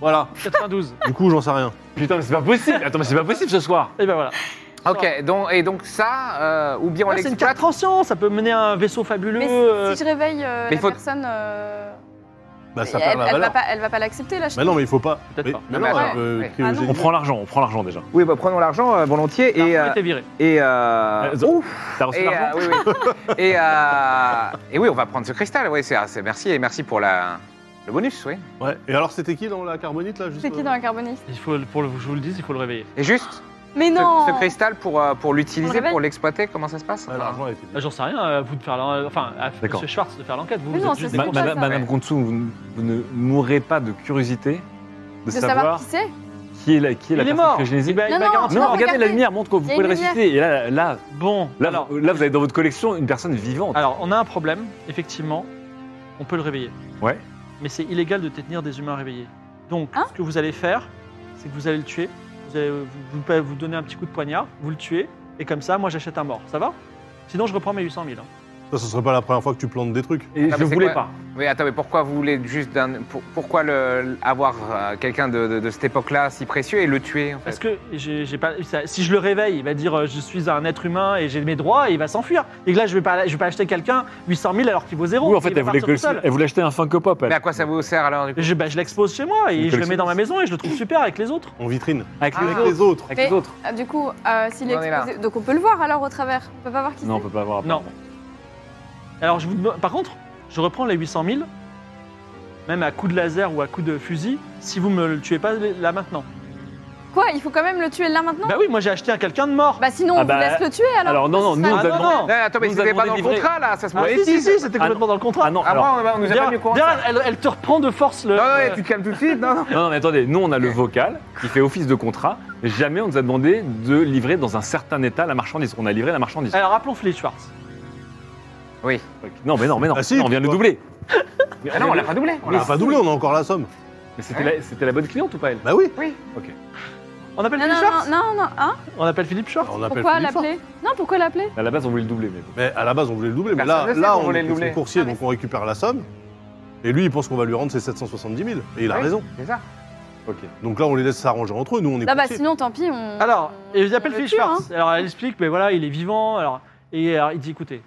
B: Voilà.
A: 92.
B: Du coup, j'en sais rien.
D: Putain, mais c'est pas possible. Attends, mais c'est pas possible ce soir.
A: Et ben voilà.
C: Ok, donc, et donc ça, euh, ou bien on
A: Ouais, Ah, c'est une carte
C: l'exploite.
A: transient. Ça peut mener à un vaisseau fabuleux.
E: Mais
A: euh,
E: si, si je réveille euh,
C: mais
E: la
C: faut-
E: personne, euh,
B: Bah, ça
E: elle,
B: perd la
E: elle va
B: valeur.
E: pas, elle va pas l'accepter là. je
B: Mais non, mais il faut pas.
A: Peut-être
B: Mais,
A: pas.
B: mais
C: Ah Non,
B: non,
C: mais
B: elle
C: attends,
B: peut
C: ouais.
B: cryogéniser.
D: On prend l'argent, on prend l'argent déjà.
C: Oui, bah, prenons l'argent euh, volontiers et.
A: L'argent
C: euh,
A: était viré.
C: et euh,
D: Euh,
C: ouf,
D: T'as reçu
C: et, euh,
D: l'argent
C: oui,
A: (laughs)
C: oui. et, euh, et oui, on va prendre ce cristal. Oui, c'est c'est- merci et merci pour la, le bonus, oui.
A: euh,
B: Ouais. Et alors, c'était qui dans la carbonite là
E: crois.
B: juste,
E: C'est qui
B: euh,
E: dans la carboniste
A: Il faut, le- pour le, je vous le dis, il faut le réveiller.
C: Et juste,
E: Mais
C: ce,
E: non
C: ce cristal pour, euh, pour l'utiliser,
E: réveille
C: pour l'exploiter, comment ça se passe
B: Ouais, l'argent a été.
A: Bah, J'en sais rien, euh, vous de faire l'en- enfin, à
D: D'accord.
A: Monsieur Schwartz de faire l'enquête. Vous,
E: Mais
A: vous
E: non,
A: êtes juste
E: c'est
A: des
D: Ma-
E: pour
A: courses.
D: Madame
E: ça.
D: Madame Contsou, vous, vous ne mourrez pas de curiosité de,
E: De
D: savoir
E: savoir qui c'est
D: qui est la, qui
A: Il
D: est la
A: est mort.
D: personne
A: Eh ben,
D: cryogénisée.
A: Il va- il
E: Non,
A: va
E: non,
A: garantir-
D: Non,
E: Non,
D: regardez, la
E: regardez.
D: lumière montre que vous
E: Il y a
D: pouvez le
E: une lumière.
D: ressusciter. Et là, là,
A: Bon,
D: là,
A: alors, Ah,
D: vous- là, vous avez dans votre collection une personne vivante.
A: alors, on a un problème, effectivement. On peut le réveiller.
D: Ouais.
A: Mais c'est illégal de détenir des humains réveillés. Donc,
E: Hein
A: ce que vous allez faire, c'est que vous allez le tuer. Vous allez euh, vous, vous, vous donner un petit coup de poignard, vous le tuez, et comme ça, moi j'achète un mort. Ça va Sinon, je reprends mes 800 000. hein.
B: Ça, ce serait pas la première fois que tu plantes des trucs.
D: Et
C: Ah,
D: je
C: mais c'est
D: voulais
C: quoi
D: pas.
C: Oui, attends, mais pourquoi vous voulez juste d'un. pour- pourquoi le, avoir euh, quelqu'un de, de- de cette époque-là si précieux et le tuer en fait
A: Parce que j'ai j'ai pas, ça- si je le réveille, il va dire euh, je suis un être humain et j'ai mes droits et il va s'enfuir. Et que là, je vais pas, je vais pas acheter quelqu'un 800 000 alors qu'il vaut zéro.
D: Oui, en fait,
A: Il va
D: elle voulait,
A: partir tout
D: collectionner-
A: seul.
D: elle voulait acheter un Funko Pop. elle.
C: Mais à quoi ça vous sert alors du coup
A: Et Je, bah, je l'expose chez moi
D: C'est
A: et
D: une
A: je le mets dans ma
D: collectionneuse.
A: maison et je le trouve super avec les autres.
B: En vitrine.
D: Avec,
C: Ah.
D: les,
B: Avec
D: autres.
B: les autres.
D: Avec
E: Mais-
D: les autres.
E: Ah, Du coup, euh, s'il est
C: On en est là.
E: exposé. Donc on peut le voir alors au travers. On peut pas voir qui
D: Non, on peut
E: c'est.
D: pas avoir.
A: Non. Alors, je vous, demande- par contre, je reprends les 800 000, même à coup de laser ou à coup de fusil, si vous me le tuez pas là maintenant.
E: Quoi Il faut quand même le tuer là maintenant
A: Bah oui, moi j'ai acheté à quelqu'un de mort.
E: Bah sinon,
D: Ah,
E: on
D: bah,
E: vous laisse le tuer alors.
D: Alors, non, non, nous,
E: Ah,
D: on
A: ah
D: vous a
A: non,
D: demandé-
A: non
C: Non, attends, mais
D: Nous
C: c'était
D: avons
C: pas dans le
D: délivré.
C: contrat là, ça se
A: Ah, si, si,
C: monétise
A: si, c'était
D: Ah, non.
A: complètement dans le contrat.
D: Ah non,
C: Ah bon,
D: alors.
C: on va- on nous a pas
A: D'ailleurs,
C: mis au courant. Ah
A: d'ailleurs, elle, elle te reprend de force le.
C: Non, non,
A: le-
C: tu te calmes tout de
A: (laughs)
C: suite, non, non.
D: Non, non, mais attendez, nous on a le vocal qui fait office de contrat. Jamais on nous a demandé de livrer dans un certain état la marchandise. On a livré la marchandise.
A: Alors, rappelons Fleet Schwartz.
C: Oui.
D: Non, mais non, mais non.
B: Ah, si,
D: Non, on vient de le
B: pourquoi
D: (laughs) doubler. Mais
C: Ah non, on l'a pas doublé.
B: On l'a pas doublé, on a encore la somme.
D: Mais c'était la, c'était la bonne cliente ou pas elle
B: Bah oui.
A: On appelle
E: Non,
A: Philippe
E: non,
A: Schwartz
E: non, non, non, hein
A: On appelle Philippe Schwartz.
B: On appelle
E: Pourquoi
B: Philippe Fort.
E: l'appeler Non, pourquoi l'appeler
D: À la base, on voulait le doubler, mais bon.
B: Mais à la base, on voulait le doubler. Mais
C: Personne
B: là,
C: ne sait
B: là
C: qu'on
B: on
C: voulait
B: est
C: le
B: son
C: doubler.
B: coursier,
E: Ah, mais
B: donc on récupère la somme. Et lui, il pense qu'on va lui rendre ses 770 000. Et il a
C: Oui.
B: raison.
C: C'est ça.
D: Ok.
B: Donc là, on les laisse s'arranger entre eux. Nous, on est
E: Là, bah
B: coursiers.
E: sinon, tant pis, on.
A: Alors,
E: on-
A: et ils appellent
E: on
A: Philippe
E: le tue, hein.
A: Schwartz. Alors, elle explique, mais voilà, il est vivant. Alors, et alors, il dit, écoutez,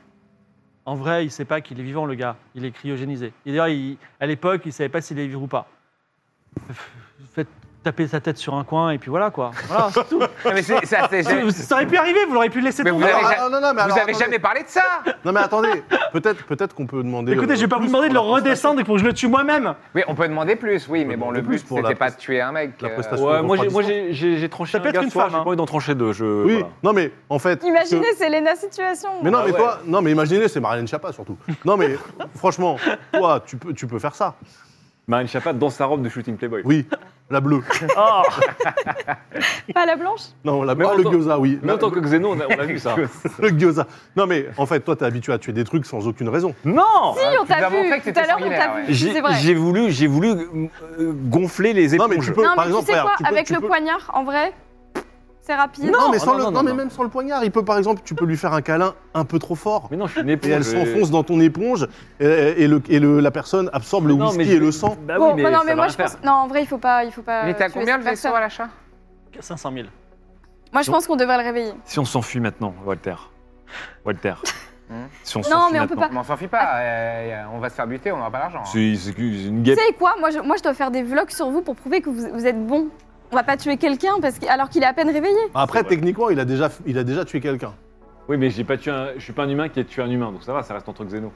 A: en vrai, il sait pas qu'il est vivant, le gars. Il est cryogénisé. Et d'ailleurs, il- à l'époque, il savait pas s'il est vivant ou pas. Faites taper sa tête sur un coin et puis voilà, quoi. Voilà, c'est tout.
C: Non, mais c'est- ça, (laughs)
A: (laughs)
C: c'est-
A: Ça- ça aurait pu arriver, vous l'auriez pu le laisser
C: Mais
A: tomber.
C: vous avez
B: Alors,
C: ja-
B: ah, non, non, mais
C: Vous
B: alors,
C: avez
B: attendez.
C: jamais parlé de ça
B: Non, mais attendez. Peut-être peut qu'on peut demander.
A: Écoutez,
B: euh,
A: je vais pas vous
B: plus
A: demander de le
B: pour la prestation.
A: redescendre et pour que je le tue moi-même.
C: Oui, on peut demander plus, oui, mais bon,
B: demander
C: le
B: plus
C: but,
B: pour
C: c'était
B: la
C: pas de
B: presta-
C: tuer un mec.
B: la
C: euh,
B: prestation.
D: Ouais,
B: Ouais,
D: moi
B: on
D: j'ai-
B: fera
D: moi,
B: distance.
D: j'ai j'ai- j'ai tranché
A: Ça
D: un
A: peut être
D: gars
A: qu'une
D: ce soir,
A: femme,
D: j'ai
A: hein.
D: pas envie d'en trancher deux. Je,
B: Oui.
D: voilà.
B: Non, mais en fait.
E: Imaginez,
B: parce que-
E: c'est Lena situation.
B: Mais non,
C: Ah
B: mais
C: ouais.
B: toi, non, mais imaginez, c'est Marlène Chapa surtout. Non, mais franchement, toi, tu peux, tu peux faire ça.
D: Marine Chapat dans sa robe de shooting Playboy.
B: Oui, la bleue.
D: Ah
E: Pas la blanche
B: Non, la
D: Mais
B: bleue,
D: en
B: le
D: tant-
B: gyoza, oui.
D: Mais en
B: La-
D: tant que Xeno, on a, on a (laughs) vu ça.
B: Le gyoza. Non, mais en fait, toi, t'es habitué à tuer des trucs sans aucune raison.
D: Non
E: Si, on
C: tu nous
E: t'a
C: as montré
E: vu.
C: que
E: Tout
C: t'étais
E: à l'heure, on
C: sanguinaire,
E: t'a
C: ouais.
E: vu.
D: J'ai
E: C'est vrai.
D: j'ai voulu, j'ai voulu euh, gonfler les
B: Non,
D: éponges.
B: mais tu peux,
E: Non,
B: par
E: mais tu
B: exemple,
E: sais
B: frère,
E: quoi
B: tu peux-
E: Avec
B: tu
E: le
B: peux-
E: poignard, en vrai, C'est rapide.
B: Non, mais,
D: non,
B: sans
D: non,
B: le-
D: non,
B: non, mais
D: non.
B: même sans le poignard, il peut par exemple, tu peux lui faire un câlin un peu trop fort.
D: Mais non, je suis une
B: Et
D: éponge.
B: elle s'enfonce dans ton éponge et, et le, et le- la personne absorbe le
D: Non, mais
B: whisky
D: je-
B: et le sang.
D: Bah
E: Bon,
D: oui, mais,
E: non,
D: ça
E: mais
D: va
E: moi
D: rien
E: je
D: faire.
E: pense. Non, en vrai, il faut pas. Il faut pas
C: Il était à
E: tuer
C: combien
E: cette
C: le vaisseau
E: personne.
C: à l'achat
A: 500 000.
E: Moi je
D: Donc-
E: pense qu'on devrait le réveiller.
D: Si on s'enfuit maintenant, Walter. Walter.
C: (laughs) Hmm.
D: si on
E: Non,
D: s'enfuit
E: mais on peut
D: maintenant.
E: pas.
C: Mais on s'enfuit
A: Ah.
C: pas, euh, on va se faire buter, on n'aura pas l'argent. hein.
D: C'est c'est une
E: Tu
D: guêpe.
E: sais quoi moi je, moi je dois faire des vlogs sur vous pour prouver que vous, vous êtes bon. On va pas tuer quelqu'un parce que, alors qu'il est à peine réveillé.
B: Après,
D: C'est vrai.
B: techniquement, il a déjà, il a déjà tué quelqu'un.
D: Oui, mais j'ai pas tué un... je suis pas un humain qui a tué un humain, donc ça va, ça reste entre xénos.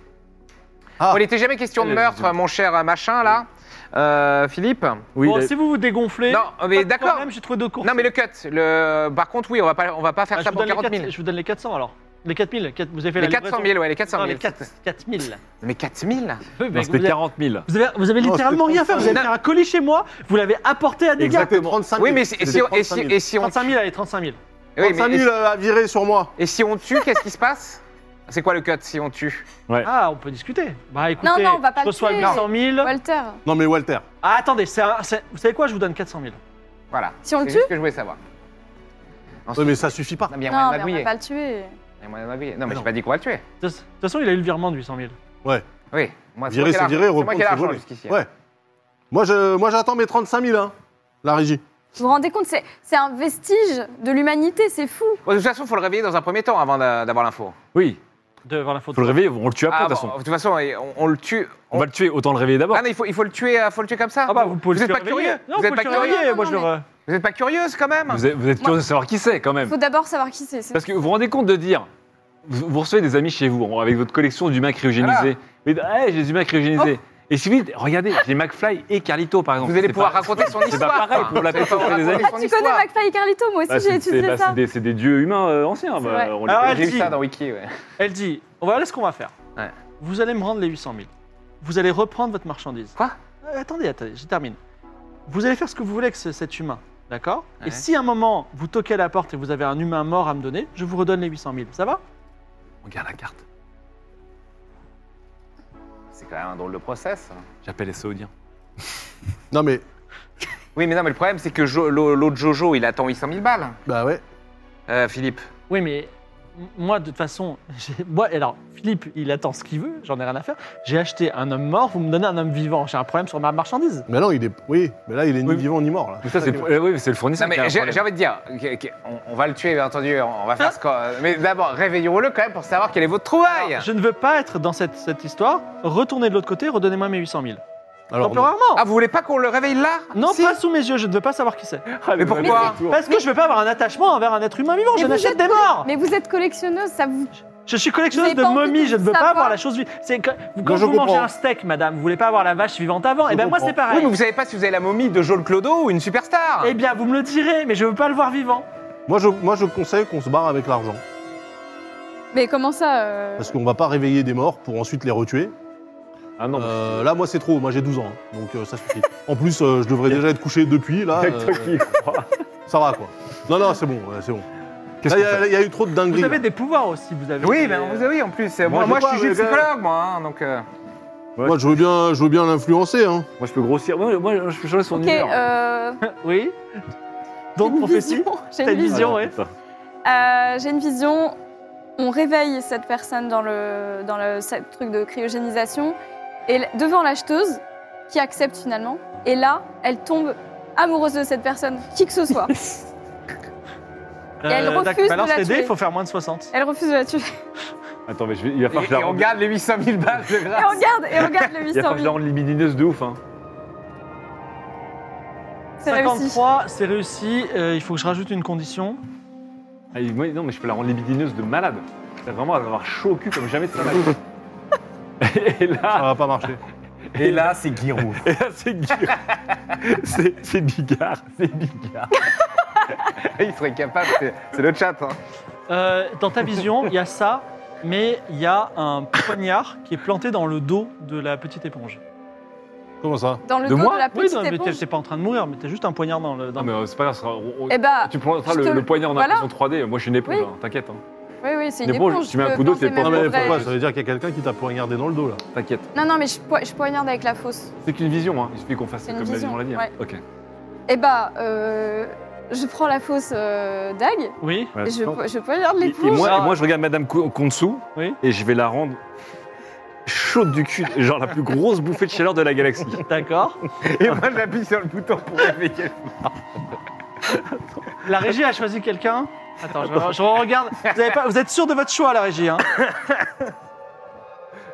B: Ah.
C: Bon, il était jamais question de
D: Elle a
C: meurtre,
D: dit-
C: mon cher machin, là. Euh, Philippe
D: Oui,
A: bon,
D: il a-
A: si vous vous dégonflez.
C: Non, mais
A: pas de
C: d'accord.
A: problème, J'ai trouvé deux courses.
C: Non, mais le cut. Le... Par contre, oui, on va pas, on va pas faire
A: Ah, je,
C: ça
A: vous
C: pour
A: donne les
C: 40 000.
A: quatre- je vous donne les 400 alors. Les 4 000. quatre- Vous avez fait
C: Les
A: la
C: 400
A: livraison.
C: 000, ouais, les 400
A: Non,
C: 000.
A: les 4, 4 000. (laughs)
C: Mais 4 000
A: Peu, mec,
D: non, c'était
A: vous, avez,
D: 40 000.
A: vous avez- vous avez
B: Non,
A: littéralement
B: c'était
A: rien fait. Vous avez fait un colis chez moi, vous l'avez apporté à des gars.
B: Exactement. 35 000.
C: Oui, mais si, et si, on- et si, et si on...
A: 35 000, allez, 35 000.
C: oui, mais
B: 35
C: et,
B: 000 euh, à virer sur moi.
C: et si on tue, qu'est-ce qui se passe C'est quoi le cut si on tue
A: Ah, on peut discuter. Bah écoutez,
E: Non, non, on va pas
A: je
E: le
A: reçois
E: tuer.
A: 800 000.
E: Walter,
B: Non, mais Walter.
A: Ah, attendez, c'est un- c'est- vous savez quoi Je vous donne 400 000.
C: Voilà.
E: si on le
C: C'est
E: tue
C: juste ce que je voulais savoir.
B: Ouais,
C: Ensuite-
B: mais ça suffit pas.
C: Non, mais il y a
E: Non,
C: moyen de
E: mais on
C: magouiller.
E: va pas le tuer.
C: Il y a moyen de magouiller. Non, mais
B: non.
C: j'ai pas dit qu'on va le tuer.
A: De toute façon, il a eu le virement de 800 000.
C: Oui. Moi, moi
B: Virer,
C: qui ai
B: c'est
C: l'argent.
B: virer,
C: C'est moi qui
B: reprendre, c'est
C: ai l'argent
B: voler.
C: jusqu'ici. hein.
B: Ouais. Moi, je, moi, j'attends mes 35 000, hein, la régie.
E: Vous vous rendez compte, c'est c'est un vestige de l'humanité, c'est fou.
C: Bon, de toute façon, faut le réveiller dans un premier temps avant d'a- d'avoir l'info.
D: Oui,
A: Devant la faute.
D: faut le réveiller, on le tue après,
C: Ah,
D: de toute
C: bon,
D: façon.
C: de toute façon, on, on le tue.
D: On va le tuer, autant le réveiller d'abord.
C: Ah non, il faut, il faut le tuer, euh, faut le tuer comme ça.
A: Ah bah, vous pouvez
C: vous
A: le
C: êtes pas
A: surveiller.
C: curieux.
A: Non,
C: vous
A: vous
C: êtes
A: pouvez
C: pas
A: le surveiller,
C: curieux.
E: curieux.
A: moi
E: Non,
A: je le.
E: non,
A: re-
C: Vous êtes pas curieuse quand même.
D: Vous êtes, vous êtes curieux de savoir qui c'est, quand même.
E: Faut d'abord savoir qui c'est. c'est-
D: Parce que vous vous rendez compte de dire, vous, vous recevez des amis chez vous avec votre collection d'humains cryogénisés. Mais hey, j'ai des humains cryogénisés. Et si vous dites, regardez, j'ai McFly et Carlito par exemple.
C: Oh. Vous allez
D: C'est
C: pouvoir
D: pas-
C: raconter son
D: C'est pas
C: histoire.
D: pareil pour la
C: C'est pas
D: pécho auprès des
C: raconter
D: amis.
E: Ah,
C: son
E: tu
C: histoire.
E: connais McFly et Carlito, moi aussi
D: Bah,
E: j'ai
D: c'est c'est-
E: étudié
D: bah,
E: ça.
D: c'est des, c'est des dieux humains euh, anciens.
E: C'est
D: bah,
E: vrai.
D: on les
A: Alors,
D: connaît.
A: elle
C: Ah J'ai
A: dit-
C: vu ça dans Wiki, ouais.
A: Elle dit voilà ce qu'on va faire.
C: Ouais.
A: Vous allez me rendre les 800 000. Vous allez reprendre votre marchandise.
C: Quoi
A: Euh, Attendez, attendez, je termine. Vous allez faire ce que vous voulez avec ce- cet humain, d'accord
C: Ouais.
A: Et si à un moment vous toquez à la porte et vous avez un humain mort à me donner, je vous redonne les 800 000. Ça va
D: Regarde la carte.
C: C'est quand même un drôle de process. hein.
D: J'appelle les Saoudiens.
B: Non, mais,
C: Oui, mais non, mais le problème, c'est que Jo- l'au- l'autre Jojo, il attend 800 000 balles,
B: bah ouais.
C: euh, Philippe.
A: Oui, mais m- moi, de toute façon, (laughs) j'ai- moi, alors, Philippe, il attend ce qu'il veut, j'en ai rien à faire. J'ai acheté un homme mort, vous me donnez un homme vivant. J'ai un problème sur ma marchandise.
B: Mais non, il est, oui, mais là, il est ni
D: Oui.
B: vivant ni mort. Là.
D: Mais ça, c'est euh, oui, mais c'est le
C: Non,
D: fournisseur. qui a
C: mais
D: un
C: j'ai
D: problème.
C: j'ai envie de dire, ok, ok, on, on va le tuer, bien entendu, on va
A: Hein
C: faire ce qu'on. Mais d'abord, réveillons-le quand même pour savoir quelle est votre trouvaille.
A: Je ne veux pas être dans cette, cette histoire. Retournez de l'autre côté, redonnez-moi mes 800 000.
B: Alors, non.
A: Temporairement
C: Ah, vous voulez pas qu'on le réveille là
A: Non,
C: Si.
A: pas sous mes yeux, je ne veux pas savoir qui c'est.
D: Ah, voilà,
C: Mais pourquoi
D: c'est le tour.
A: Parce que je ne veux pas avoir un attachement envers un être humain vivant,
E: Mais
A: je
E: vous
A: n'achète
E: êtes
A: des morts
E: Mais vous êtes collectionneuse, ça vous.
A: Je suis collectionneuse
E: Vous avez
A: de
E: pas envie
A: momies,
E: de
A: je ne veux pas
E: savoir
A: avoir la chose vivante. C'est quand, quand
B: Non, je
A: vous mangez
B: comprends.
A: un steak, madame, vous voulez pas avoir la vache vivante avant.
B: Je
A: Eh bien, moi,
B: comprends.
A: c'est pareil.
C: Oui, mais vous savez pas si vous avez la momie de Joel Clodo ou une superstar.
A: Eh bien, vous me le direz, mais je veux pas le voir vivant.
B: Moi, je, moi, je conseille qu'on se barre avec l'argent.
E: Mais comment ça euh,
B: Parce qu'on va pas réveiller des morts pour ensuite les retuer.
D: Ah non,
B: Euh, là, moi, c'est trop. Moi, j'ai 12 ans. hein. donc, euh, ça suffit. en plus, euh, je devrais déjà être couché depuis. Là,
D: mais c'est
B: euh,
D: toi (laughs) qui y crois.
B: ça va, quoi. Non, non, c'est bon. ouais, c'est bon.
D: Qu'est-ce
B: Là,
D: qu'on
B: Il y, a-
D: fait
B: il y a eu trop de dingueries.
A: Vous
B: là.
A: avez des pouvoirs aussi, vous avez.
C: Oui,
A: des-
C: mais vous avez, oui, en plus. euh,
B: Moi,
C: Moi,
B: je
C: moi, je
B: vois,
C: suis juste
B: les gars.
C: psychologue, moi, hein, donc. euh,
B: Moi, je veux bien, je veux bien l'influencer. Hein.
D: Moi, je peux grossir. Moi, moi, je peux changer son
E: Ok,
D: humeur.
E: euh.
A: Oui. Donc,
E: une
A: prophétie.
E: (laughs) vision, J'ai
A: T'as
E: une
A: une
E: vision.
A: vision. ouais.
D: putain.
E: Euh, J'ai une vision. On réveille cette personne dans le dans le ce truc de cryogénisation et l- devant l'acheteuse qui accepte finalement. Et là, elle tombe amoureuse de cette personne, qui que ce soit. elle refuse
A: Euh, d'accord,
E: de
A: balance
E: la
A: les dés,
E: tuer.
A: il faut faire moins de 60.
E: Elle refuse de la tuer.
D: Attends, mais je vais- il va falloir que je
C: Et,
D: la
C: et on
D: rende-
C: garde les 800 000 balles de
E: Et
C: grâce.
E: regarde, et regarde le
D: il va falloir
E: 800
D: que je la
E: 000.
D: rende libidineuse de ouf. Hein.
E: C'est réussi.
A: 53, c'est réussi. Euh, il faut que je rajoute une condition.
D: Ah, il- moi, non, mais je peux la rendre libidineuse de malade. Elle va vraiment avoir chaud au cul comme jamais de sa vie. (laughs) Et
B: Ça
D: là,
B: va pas marcher.
C: Et là, c'est Giroud.
D: et là, Ah, c'est Guillaume. (laughs) C'est c'est Bigard, c'est Bigard.
C: (laughs) Il serait capable, c'est c'est le chat. hein.
A: Euh, dans ta vision, il y a ça, mais il y a un poignard qui est planté dans le dos de la petite éponge.
B: Comment ça
E: Dans le
D: De
E: dos
D: moi
E: de la
A: Oui,
E: petite
A: non, mais t'es-
E: éponge.
A: t'es pas en train de mourir, mais t'as juste un poignard dans le. Dans
D: Non, mais euh, c'est pas grave, ça sera- on- on-
E: Eh bah,
D: tu prendras
E: je
D: le,
E: te-
D: le poignet en
E: voilà.
D: impression 3D. Moi, je suis une éponge,
E: Oui.
D: hein, t'inquiète. hein,
E: oui, oui, c'est une
D: Mais bon,
E: éponge.
D: tu mets un
E: je
D: coup
E: peux
D: d'eau, t'es
E: planter
D: pas-
B: Non, mais
E: mes
D: Ouais,
E: pauvres
B: pourquoi
E: ailes.
B: Ça veut dire qu'il y a quelqu'un qui t'a poignardé dans le dos là.
D: T'inquiète.
E: Non, non, mais je, po- je poignarde avec la fausse.
D: C'est qu'une vision, hein. il suffit qu'on fasse
E: C'est
D: comme
E: une
D: la vision,
E: vision,
D: on l'a dit. hein.
E: ouais.
D: Ok.
E: Eh bah, Eh euh, je prends la fausse euh, dague
A: Oui.
D: Ouais,
E: et je,
D: Ah, non.
E: je poignarde
D: Et, et
E: l'éponge.
D: moi,
A: Ah.
D: et moi, je regarde Madame Cou- Konsou
A: Oui.
D: et je vais la rendre chaude du cul, genre la plus grosse bouffée de chaleur de la galaxie.
A: D'accord.
C: Et moi, j'appuie sur le bouton pour réveiller.
A: La régie a choisi quelqu'un Attends, je, je regarde. Vous, avez pas- vous êtes sûr de votre choix, la régie hein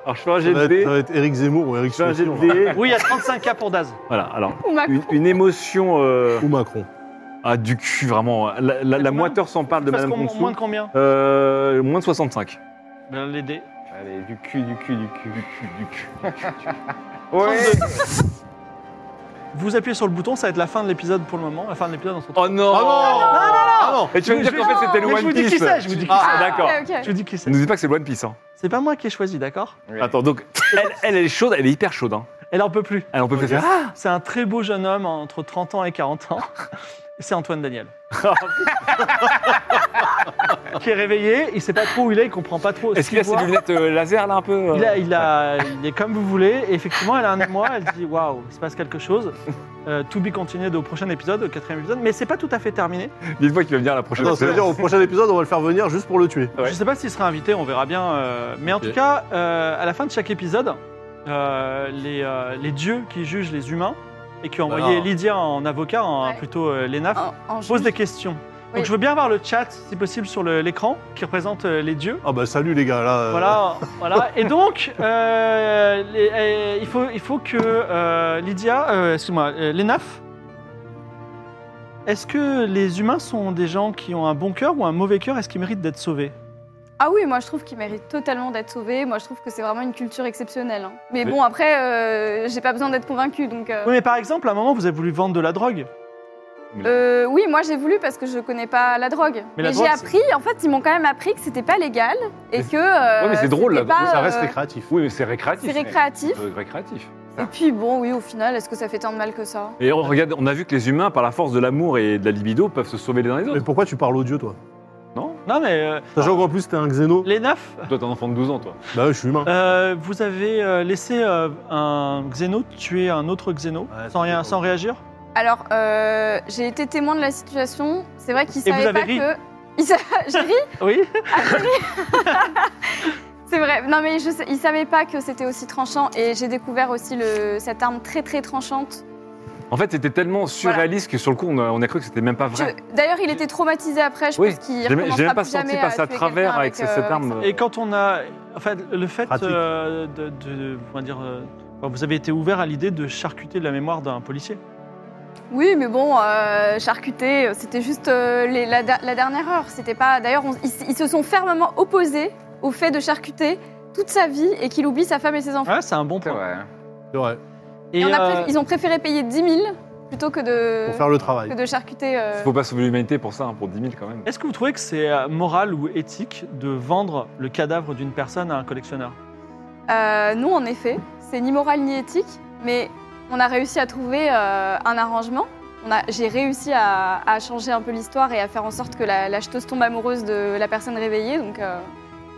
D: Alors je fais un
B: Ça
D: jet
B: va,
D: de
B: être,
D: dés,
B: ça
C: euh,
B: va être Eric Zemmour ou Eric
D: je fais un jet de
B: Souchon,
C: hein.
D: dés.
A: Oui, il y a 35K pour Daz.
D: Voilà, alors
E: Macron.
D: une, une émotion euh,
B: là. ou Macron.
D: ah, du cul, vraiment. La, la- la moiteur s'empare Ah, de
A: Parce
D: Madame
A: qu'on-
D: Konsou.
A: moins de combien
D: Euh, moins de 65.
A: ben, Les dés.
C: Allez, du cul, du cul, du cul, du cul, du
D: (laughs)
C: cul.
A: Ouais. Vous appuyez sur le bouton, ça va être la fin de l'épisode pour le moment. La fin de l'épisode, on se retrouve.
D: Oh non
B: Ah non Ah non
D: Et tu vas me
A: Je-
D: dire qu'en fait c'était le
A: Mais
D: One
A: je vous dis qui
D: Piece.
A: c'est, je vous dis qui
D: Ah,
E: Ah,
D: d'accord.
E: ok, ok.
A: Je vous dis qui c'est.
D: Ne nous dis pas que c'est le One Piece. Hein.
A: C'est pas moi qui ai choisi, d'accord
D: Attends, donc elle, elle, elle est chaude, elle est hyper chaude. Hein.
A: Elle en peut plus.
D: Elle, on peut faire ça.
A: Ah, C'est un très beau jeune homme entre 30 ans et 40 ans. C'est Antoine
D: (laughs)
A: Daniel. qui est réveillé, il sait pas trop où il est, il comprend pas trop. ce
D: Est-ce qu'il a ses
A: voit.
D: lunettes euh, laser là un peu euh
A: Il, a, il, a- il est comme vous voulez. Et effectivement, elle a un émoi. Elle dit Waouh, il se passe quelque chose. Euh, to be continued au prochain épisode, au quatrième épisode. Mais c'est pas tout à fait terminé.
D: Dites-moi qu'il va venir à la prochaine
B: Attends, ça veut
D: saison.
B: dire au prochain épisode, on va le faire venir juste pour le tuer.
D: Ouais.
A: Je sais pas s'il sera invité, on verra bien. euh, mais en
B: Ok.
A: tout cas, euh, à la fin de chaque épisode, euh, les, euh, les dieux qui jugent les humains et qui ont
D: Bah
A: envoyé
B: non.
A: Lydia en avocat, en-
E: Ouais.
A: plutôt euh, l'ENAF,
E: En- en
A: posent
E: juge.
A: des questions.
E: Oui.
A: Donc je veux bien voir le chat, si possible, sur le- l'écran qui représente euh, les dieux.
B: Ah bah salut les gars, là. euh,
A: Voilà, (laughs) voilà. Et donc, euh, les- euh, il, faut, il faut que euh, Lydia, euh, excuse-moi, euh, Lenaf, est-ce que les humains sont des gens qui ont un bon cœur ou un mauvais cœur Est-ce qu'ils méritent d'être sauvés
E: Ah oui, moi je trouve qu'il mérite totalement d'être sauvé. Moi je trouve que c'est vraiment une culture exceptionnelle. hein. Mais bon, après, euh, j'ai pas besoin d'être convaincue. Donc, euh,
A: Oui, mais par exemple, à un moment, vous avez voulu vendre de la drogue.
E: euh, oui, moi j'ai voulu parce que je connais pas la drogue.
A: Mais
E: Mais,
A: la
E: j'ai
A: drogue, c'est-
E: appris, en fait, ils m'ont quand même appris que c'était pas légal et
D: Mais-
E: que. euh,
D: Ouais, mais c'est drôle, la
E: c'était pas,
D: drogue,
B: Ça reste
E: euh,
B: récréatif.
D: Oui, mais c'est récréatif.
E: C'est récréatif.
D: C'est récréatif.
E: Et puis bon, oui, au final, est-ce que ça fait tant de mal que ça
D: Et on, regarde, on a vu que les humains, par la force de l'amour et de la libido, peuvent se sauver les uns les
B: Mais
D: autres.
B: pourquoi tu parles au dieu, toi
A: Non, mais euh,
B: Sachant qu'en plus, t'es un xéno.
A: Lenaf,
D: Toi, t'es un enfant de 12 ans, toi.
B: Bah ouais, je suis humain.
A: euh, vous avez euh, laissé euh, un xéno tuer un autre xéno
B: Ouais,
A: sans,
B: c'était
A: rien,
B: pas
A: sans
B: ouf.
A: réagir
E: Alors, euh, j'ai été témoin de la situation. C'est vrai qu'ils
A: Et vous
E: savaient
A: avez
E: pas
A: ri.
E: que. (laughs) Ils sa- J'ai ri
A: Oui
E: C'est vrai. Non, mais je sais- ils savaient pas que c'était aussi tranchant. Et j'ai découvert aussi le, cette arme très très tranchante.
D: En fait, c'était tellement surréaliste que sur le coup, on a, on a cru que c'était même pas vrai.
E: Je- D'ailleurs, il était traumatisé après. Je
D: Oui,
E: pense qu'il
D: j'ai même-
E: recommencera
D: j'ai même pas
E: plus
D: senti
E: jamais
D: passer à
E: tuer
D: travers
E: quelqu'un
D: avec ce- cette
E: euh,
D: arme.
E: ça.
A: Et quand on a. Enfin, le fait
B: Pratique.
A: euh, de. de- de- comment dire. euh, enfin, vous avez été ouvert à l'idée de charcuter la mémoire d'un policier.
E: Oui, mais bon, euh, charcuté, c'était juste euh, les- la, la dernière heure. C'était pas. D'ailleurs, on- ils, ils se sont fermement opposés au fait de charcuter toute sa vie et qu'il oublie sa femme et ses
D: Ah,
E: enfants.
A: Ouais, c'est un bon
C: C'est
A: point.
C: vrai. hein.
B: C'est vrai,
A: Et,
E: Et on a pré-
A: euh,
E: Ils ont préféré payer 10 000 plutôt que de,
B: pour faire le
E: que
B: travail.
E: de charcuter. euh,
D: Faut pas sauver l'humanité pour ça, hein, pour 10 000 quand même.
A: Est-ce que vous trouvez que c'est euh, moral ou éthique de vendre le cadavre d'une personne à un collectionneur
E: Euh, non, en effet, c'est ni moral ni éthique, mais on a réussi à trouver euh, un arrangement. On a- J'ai réussi à, à changer un peu l'histoire et à faire en sorte que la- l'acheteuse tombe amoureuse de la personne réveillée. Donc, euh,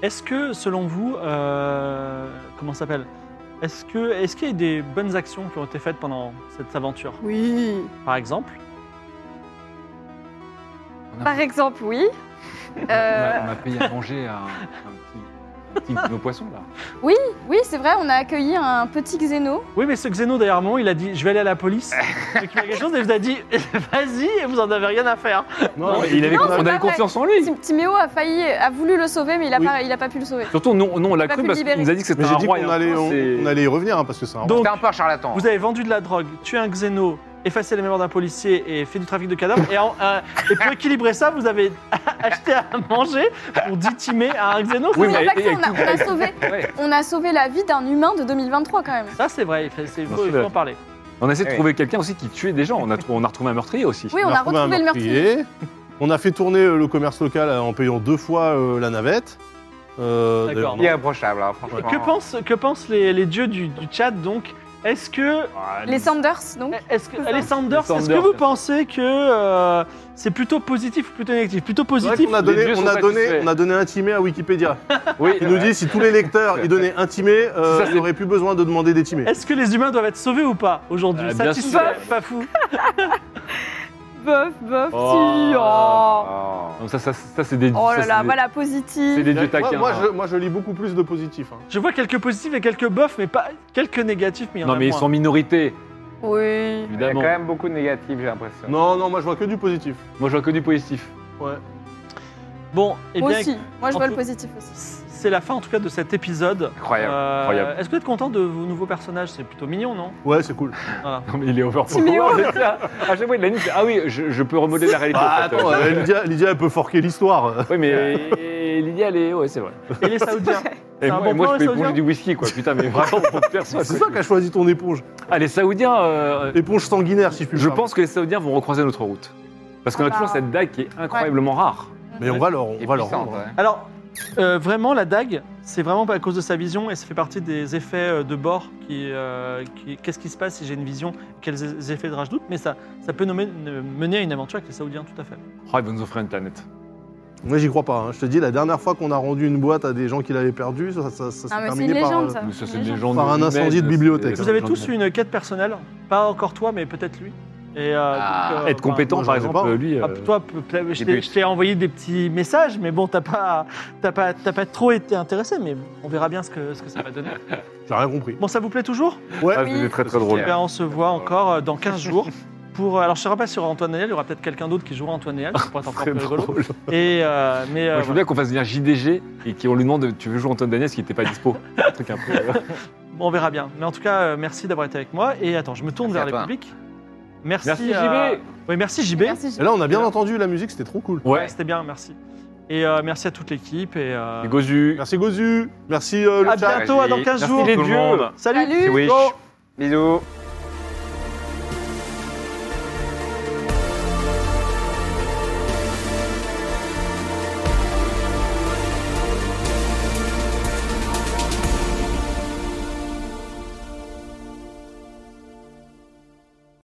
A: Est-ce que, selon vous, euh, comment ça s'appelle Est-ce que, est-ce qu'il y a eu des bonnes actions qui ont été faites pendant cette aventure
E: oui.
A: Par exemple,
E: Par exemple, oui. Euh,
D: On, a, on a payé à manger à un, un petit, un petit
E: (laughs)
D: de nos poissons, là.
E: oui, c'est vrai, on a accueilli un petit xéno.
A: oui, mais ce xéno derrière moi, il a dit, je vais aller à la police. Donc, il y a quelque chose et il vous a dit, (laughs) vas-y, et vous en avez rien à faire.
D: Non, mais Oh, il avait,
E: Non, c'est
D: on
E: pas
D: avait
E: vrai.
D: confiance en lui.
E: Tim- Timéo a failli, a voulu le sauver, mais il a
B: Oui.
E: pas, il a pas pu le sauver.
D: Surtout, non, non on l'a
E: Pas
D: cru
E: pu
D: parce qu'il
E: libérer.
D: nous a dit que c'était
B: Mais
D: un
B: j'ai dit
D: roi. et
B: qu'on
D: un
B: allait,
D: prince,
B: on,
D: c'est-
B: on allait y revenir, hein, parce que c'est un
A: Donc,
C: T'es un peu un charlatan.
A: vous avez vendu de la drogue, tué un xéno, effacé la mémoire d'un policier et fait du trafic de cadavres. Et, en- euh, et pour équilibrer ça, vous avez (laughs) acheté à manger pour ditimer à un xéno.
D: Oui,
E: Il y a
D: mais
E: pas que ça,
D: avec
E: on, a, on a sauvé,
D: (laughs) Ouais.
E: on a sauvé la vie d'un humain de 2023 quand même.
A: Ça, c'est vrai, il faut, c'est-
D: Bien
A: faut-
D: sûr.
A: faut en parler.
D: On a essayé de
C: Ouais.
D: trouver quelqu'un aussi qui tuait des gens. On a, trou- on a retrouvé un meurtrier aussi.
E: Oui, on, a retrouvé,
B: un
E: le meurtrier.
B: On a fait tourner euh, le commerce local euh, en payant deux fois euh, la navette. Euh,
A: D'accord.
B: d'ailleurs, non.
C: Il est approchable, hein,
A: Et
C: franchement.
A: que pensent, que pensent les, les dieux du, du chat donc Est-ce que.
D: Ah,
E: Les Sanders, donc.
A: Est-ce que, les Sanders,
D: Les
A: est-ce que
D: Sanders.
A: vous pensez que euh, c'est plutôt positif ou plutôt négatif Plutôt
B: C'est vrai
A: positif.
B: qu'on a
D: les
B: donné,
D: dieux
B: on
D: sont
B: a donné,
D: satisfaits.
B: on a donné un timé à Wikipédia.
D: Oui, euh,
B: Il nous dit si tous les lecteurs ils donnaient un timé, euh,
D: Si ça,
B: il n'aurait plus besoin de demander des timés.
D: Euh,
A: Est-ce que les humains doivent être sauvés ou pas aujourd'hui
D: Ah, bien
A: Satisfait
D: sûr.
A: Pas fou.
E: Eh, bof, bof,
D: Oh.
E: si. Oh,
C: Oh.
D: Non, ça, ça, ça, c'est des.
E: Oh
D: ça,
E: là
D: c'est
E: là,
D: des-
E: voilà,
D: C'est
E: positif.
D: des dieux
B: Moi,
D: taquins.
B: moi,
D: hein.
B: je, moi, je lis beaucoup plus de positifs. hein.
A: Je vois quelques positifs et quelques buffs, mais pas quelques négatifs, mais il y en
D: Non,
A: a
D: mais ils
A: moins.
D: sont minorités,
E: Oui.
C: Il y a quand
D: évidemment.
C: même beaucoup de négatifs, j'ai l'impression.
B: Non, non, moi, je vois que du positif.
D: Moi, je vois que du positif. (laughs)
B: Ouais.
A: Bon, et
E: Moi
A: Eh bien,
E: aussi. Moi, je
A: en
E: vois
A: tout-
E: le positif aussi.
A: c'est la fin en tout cas de cet épisode.
C: Incroyable.
A: Euh,
D: incroyable.
A: Est-ce que vous êtes content de vos nouveaux personnages C'est plutôt mignon, non
B: Ouais, c'est cool.
A: Voilà.
D: Non, mais il est over pour
E: millions.
D: c'est ça. (laughs) À chaque fois, il a dit Ah oui, je, je peux remodeler la réalité.
B: Ah,
D: en fait.
B: attends, euh, Lydia, Lydia, elle peut forquer l'histoire.
D: Oui, mais Lydia, elle est. Ouais, c'est vrai.
A: Et les Saoudiens
D: Et
A: un
D: moi,
A: bon
D: moi,
A: plan,
D: je
A: les
D: peux éponger
A: Saoudiens
D: du whisky, quoi. Putain, mais vraiment, pour perso.
B: (laughs) C'est ça qu'a choisi ton éponge.
D: Ah, les Saoudiens, euh,
B: Éponge sanguinaire, si je puis me
D: je
B: permettre.
D: pense que les Saoudiens vont recroiser notre route. Parce qu'on
E: Ah
D: a toujours
E: bah.
D: cette dague qui est incroyablement rare.
B: Mais on va leur, on
C: Et
B: va leur
C: puissante,
B: rendre.
C: ouais.
A: Alors, euh, vraiment, la dague, c'est vraiment à cause de sa vision et ça fait partie des effets euh, de bord. qui, euh, qui- Qu'est-ce qui se passe si j'ai une vision Quels e- effets de rage doute Mais ça, ça peut nommer- ne- mener à une aventure avec les Saoudiens, tout à fait.
D: Oh, ils vont nous offrir une planète.
B: Moi, j'y crois pas. hein. Je te dis, la dernière fois qu'on a rendu une boîte à des gens qui l'avaient perdue, ça, ça, ça s'est
E: Ah, mais c'est
B: terminé
E: une
B: par.
E: légende,
B: euh,
E: ça.
D: Mais ça, c'est une
E: Une légende.
D: légende
B: Par un incendie de
D: humaine,
B: bibliothèque.
D: c'est-
A: Vous
D: c'est
A: avez
D: une
A: tous
D: légende.
A: une quête personnelle, pas encore toi, mais peut-être lui. Et, euh,
C: Ah,
A: donc, euh,
D: Être compétent,
B: moi,
D: par
B: j'en ai
D: exemple,
B: pas.
D: lui.
A: bah,
D: euh,
A: ah, toi, peut- peut- je t'ai-
C: débute.
A: je t'ai envoyé des petits messages, mais bon, t'as pas, t'as pas, t'as pas trop été intéressé, mais on verra bien ce que, ce que ça va donner.
B: J'ai rien compris.
A: Bon, ça vous plaît toujours
B: Ouais.
D: Ah, c'était très très drôle.
A: Eh ben, on se voit encore euh, dans 15 jours. Pour, euh, alors, je ne sais pas sur Antoine Daniel, il y aura peut-être quelqu'un d'autre qui jouera Antoine Daniel, ça
D: (laughs)
A: pourrait être encore
D: Très
A: plus rigolo.
D: drôle.
A: Et, euh, mais, euh,
D: Moi, je veux
A: voilà.
D: bien qu'on fasse venir JDG et qu'on lui demande Tu veux jouer Antoine Daniel qui n'était pas dispo Un truc un peu. euh,
A: Bon, on verra bien. Mais en tout cas, euh, merci d'avoir été avec moi. Et attends, je me tourne
C: Merci à
A: vers les
C: toi.
A: publics. Merci,
D: Merci,
A: à-
D: JB.
A: Oui, merci JB.
E: Merci,
B: Et là, on a bien entendu la musique, c'était trop cool.
D: Ouais.
A: C'était bien, merci. Et euh, merci à toute l'équipe. Et euh,
D: Et Gozu.
B: Merci Gozu. Merci euh, le
A: à
B: chat.
D: Ah,
A: bientôt, à dans 15
D: Merci
A: jours.
D: les
C: tout le
D: dieux.
C: monde.
A: Salut.
E: Salut.
D: Wish.
A: Ciao.
C: Bisous.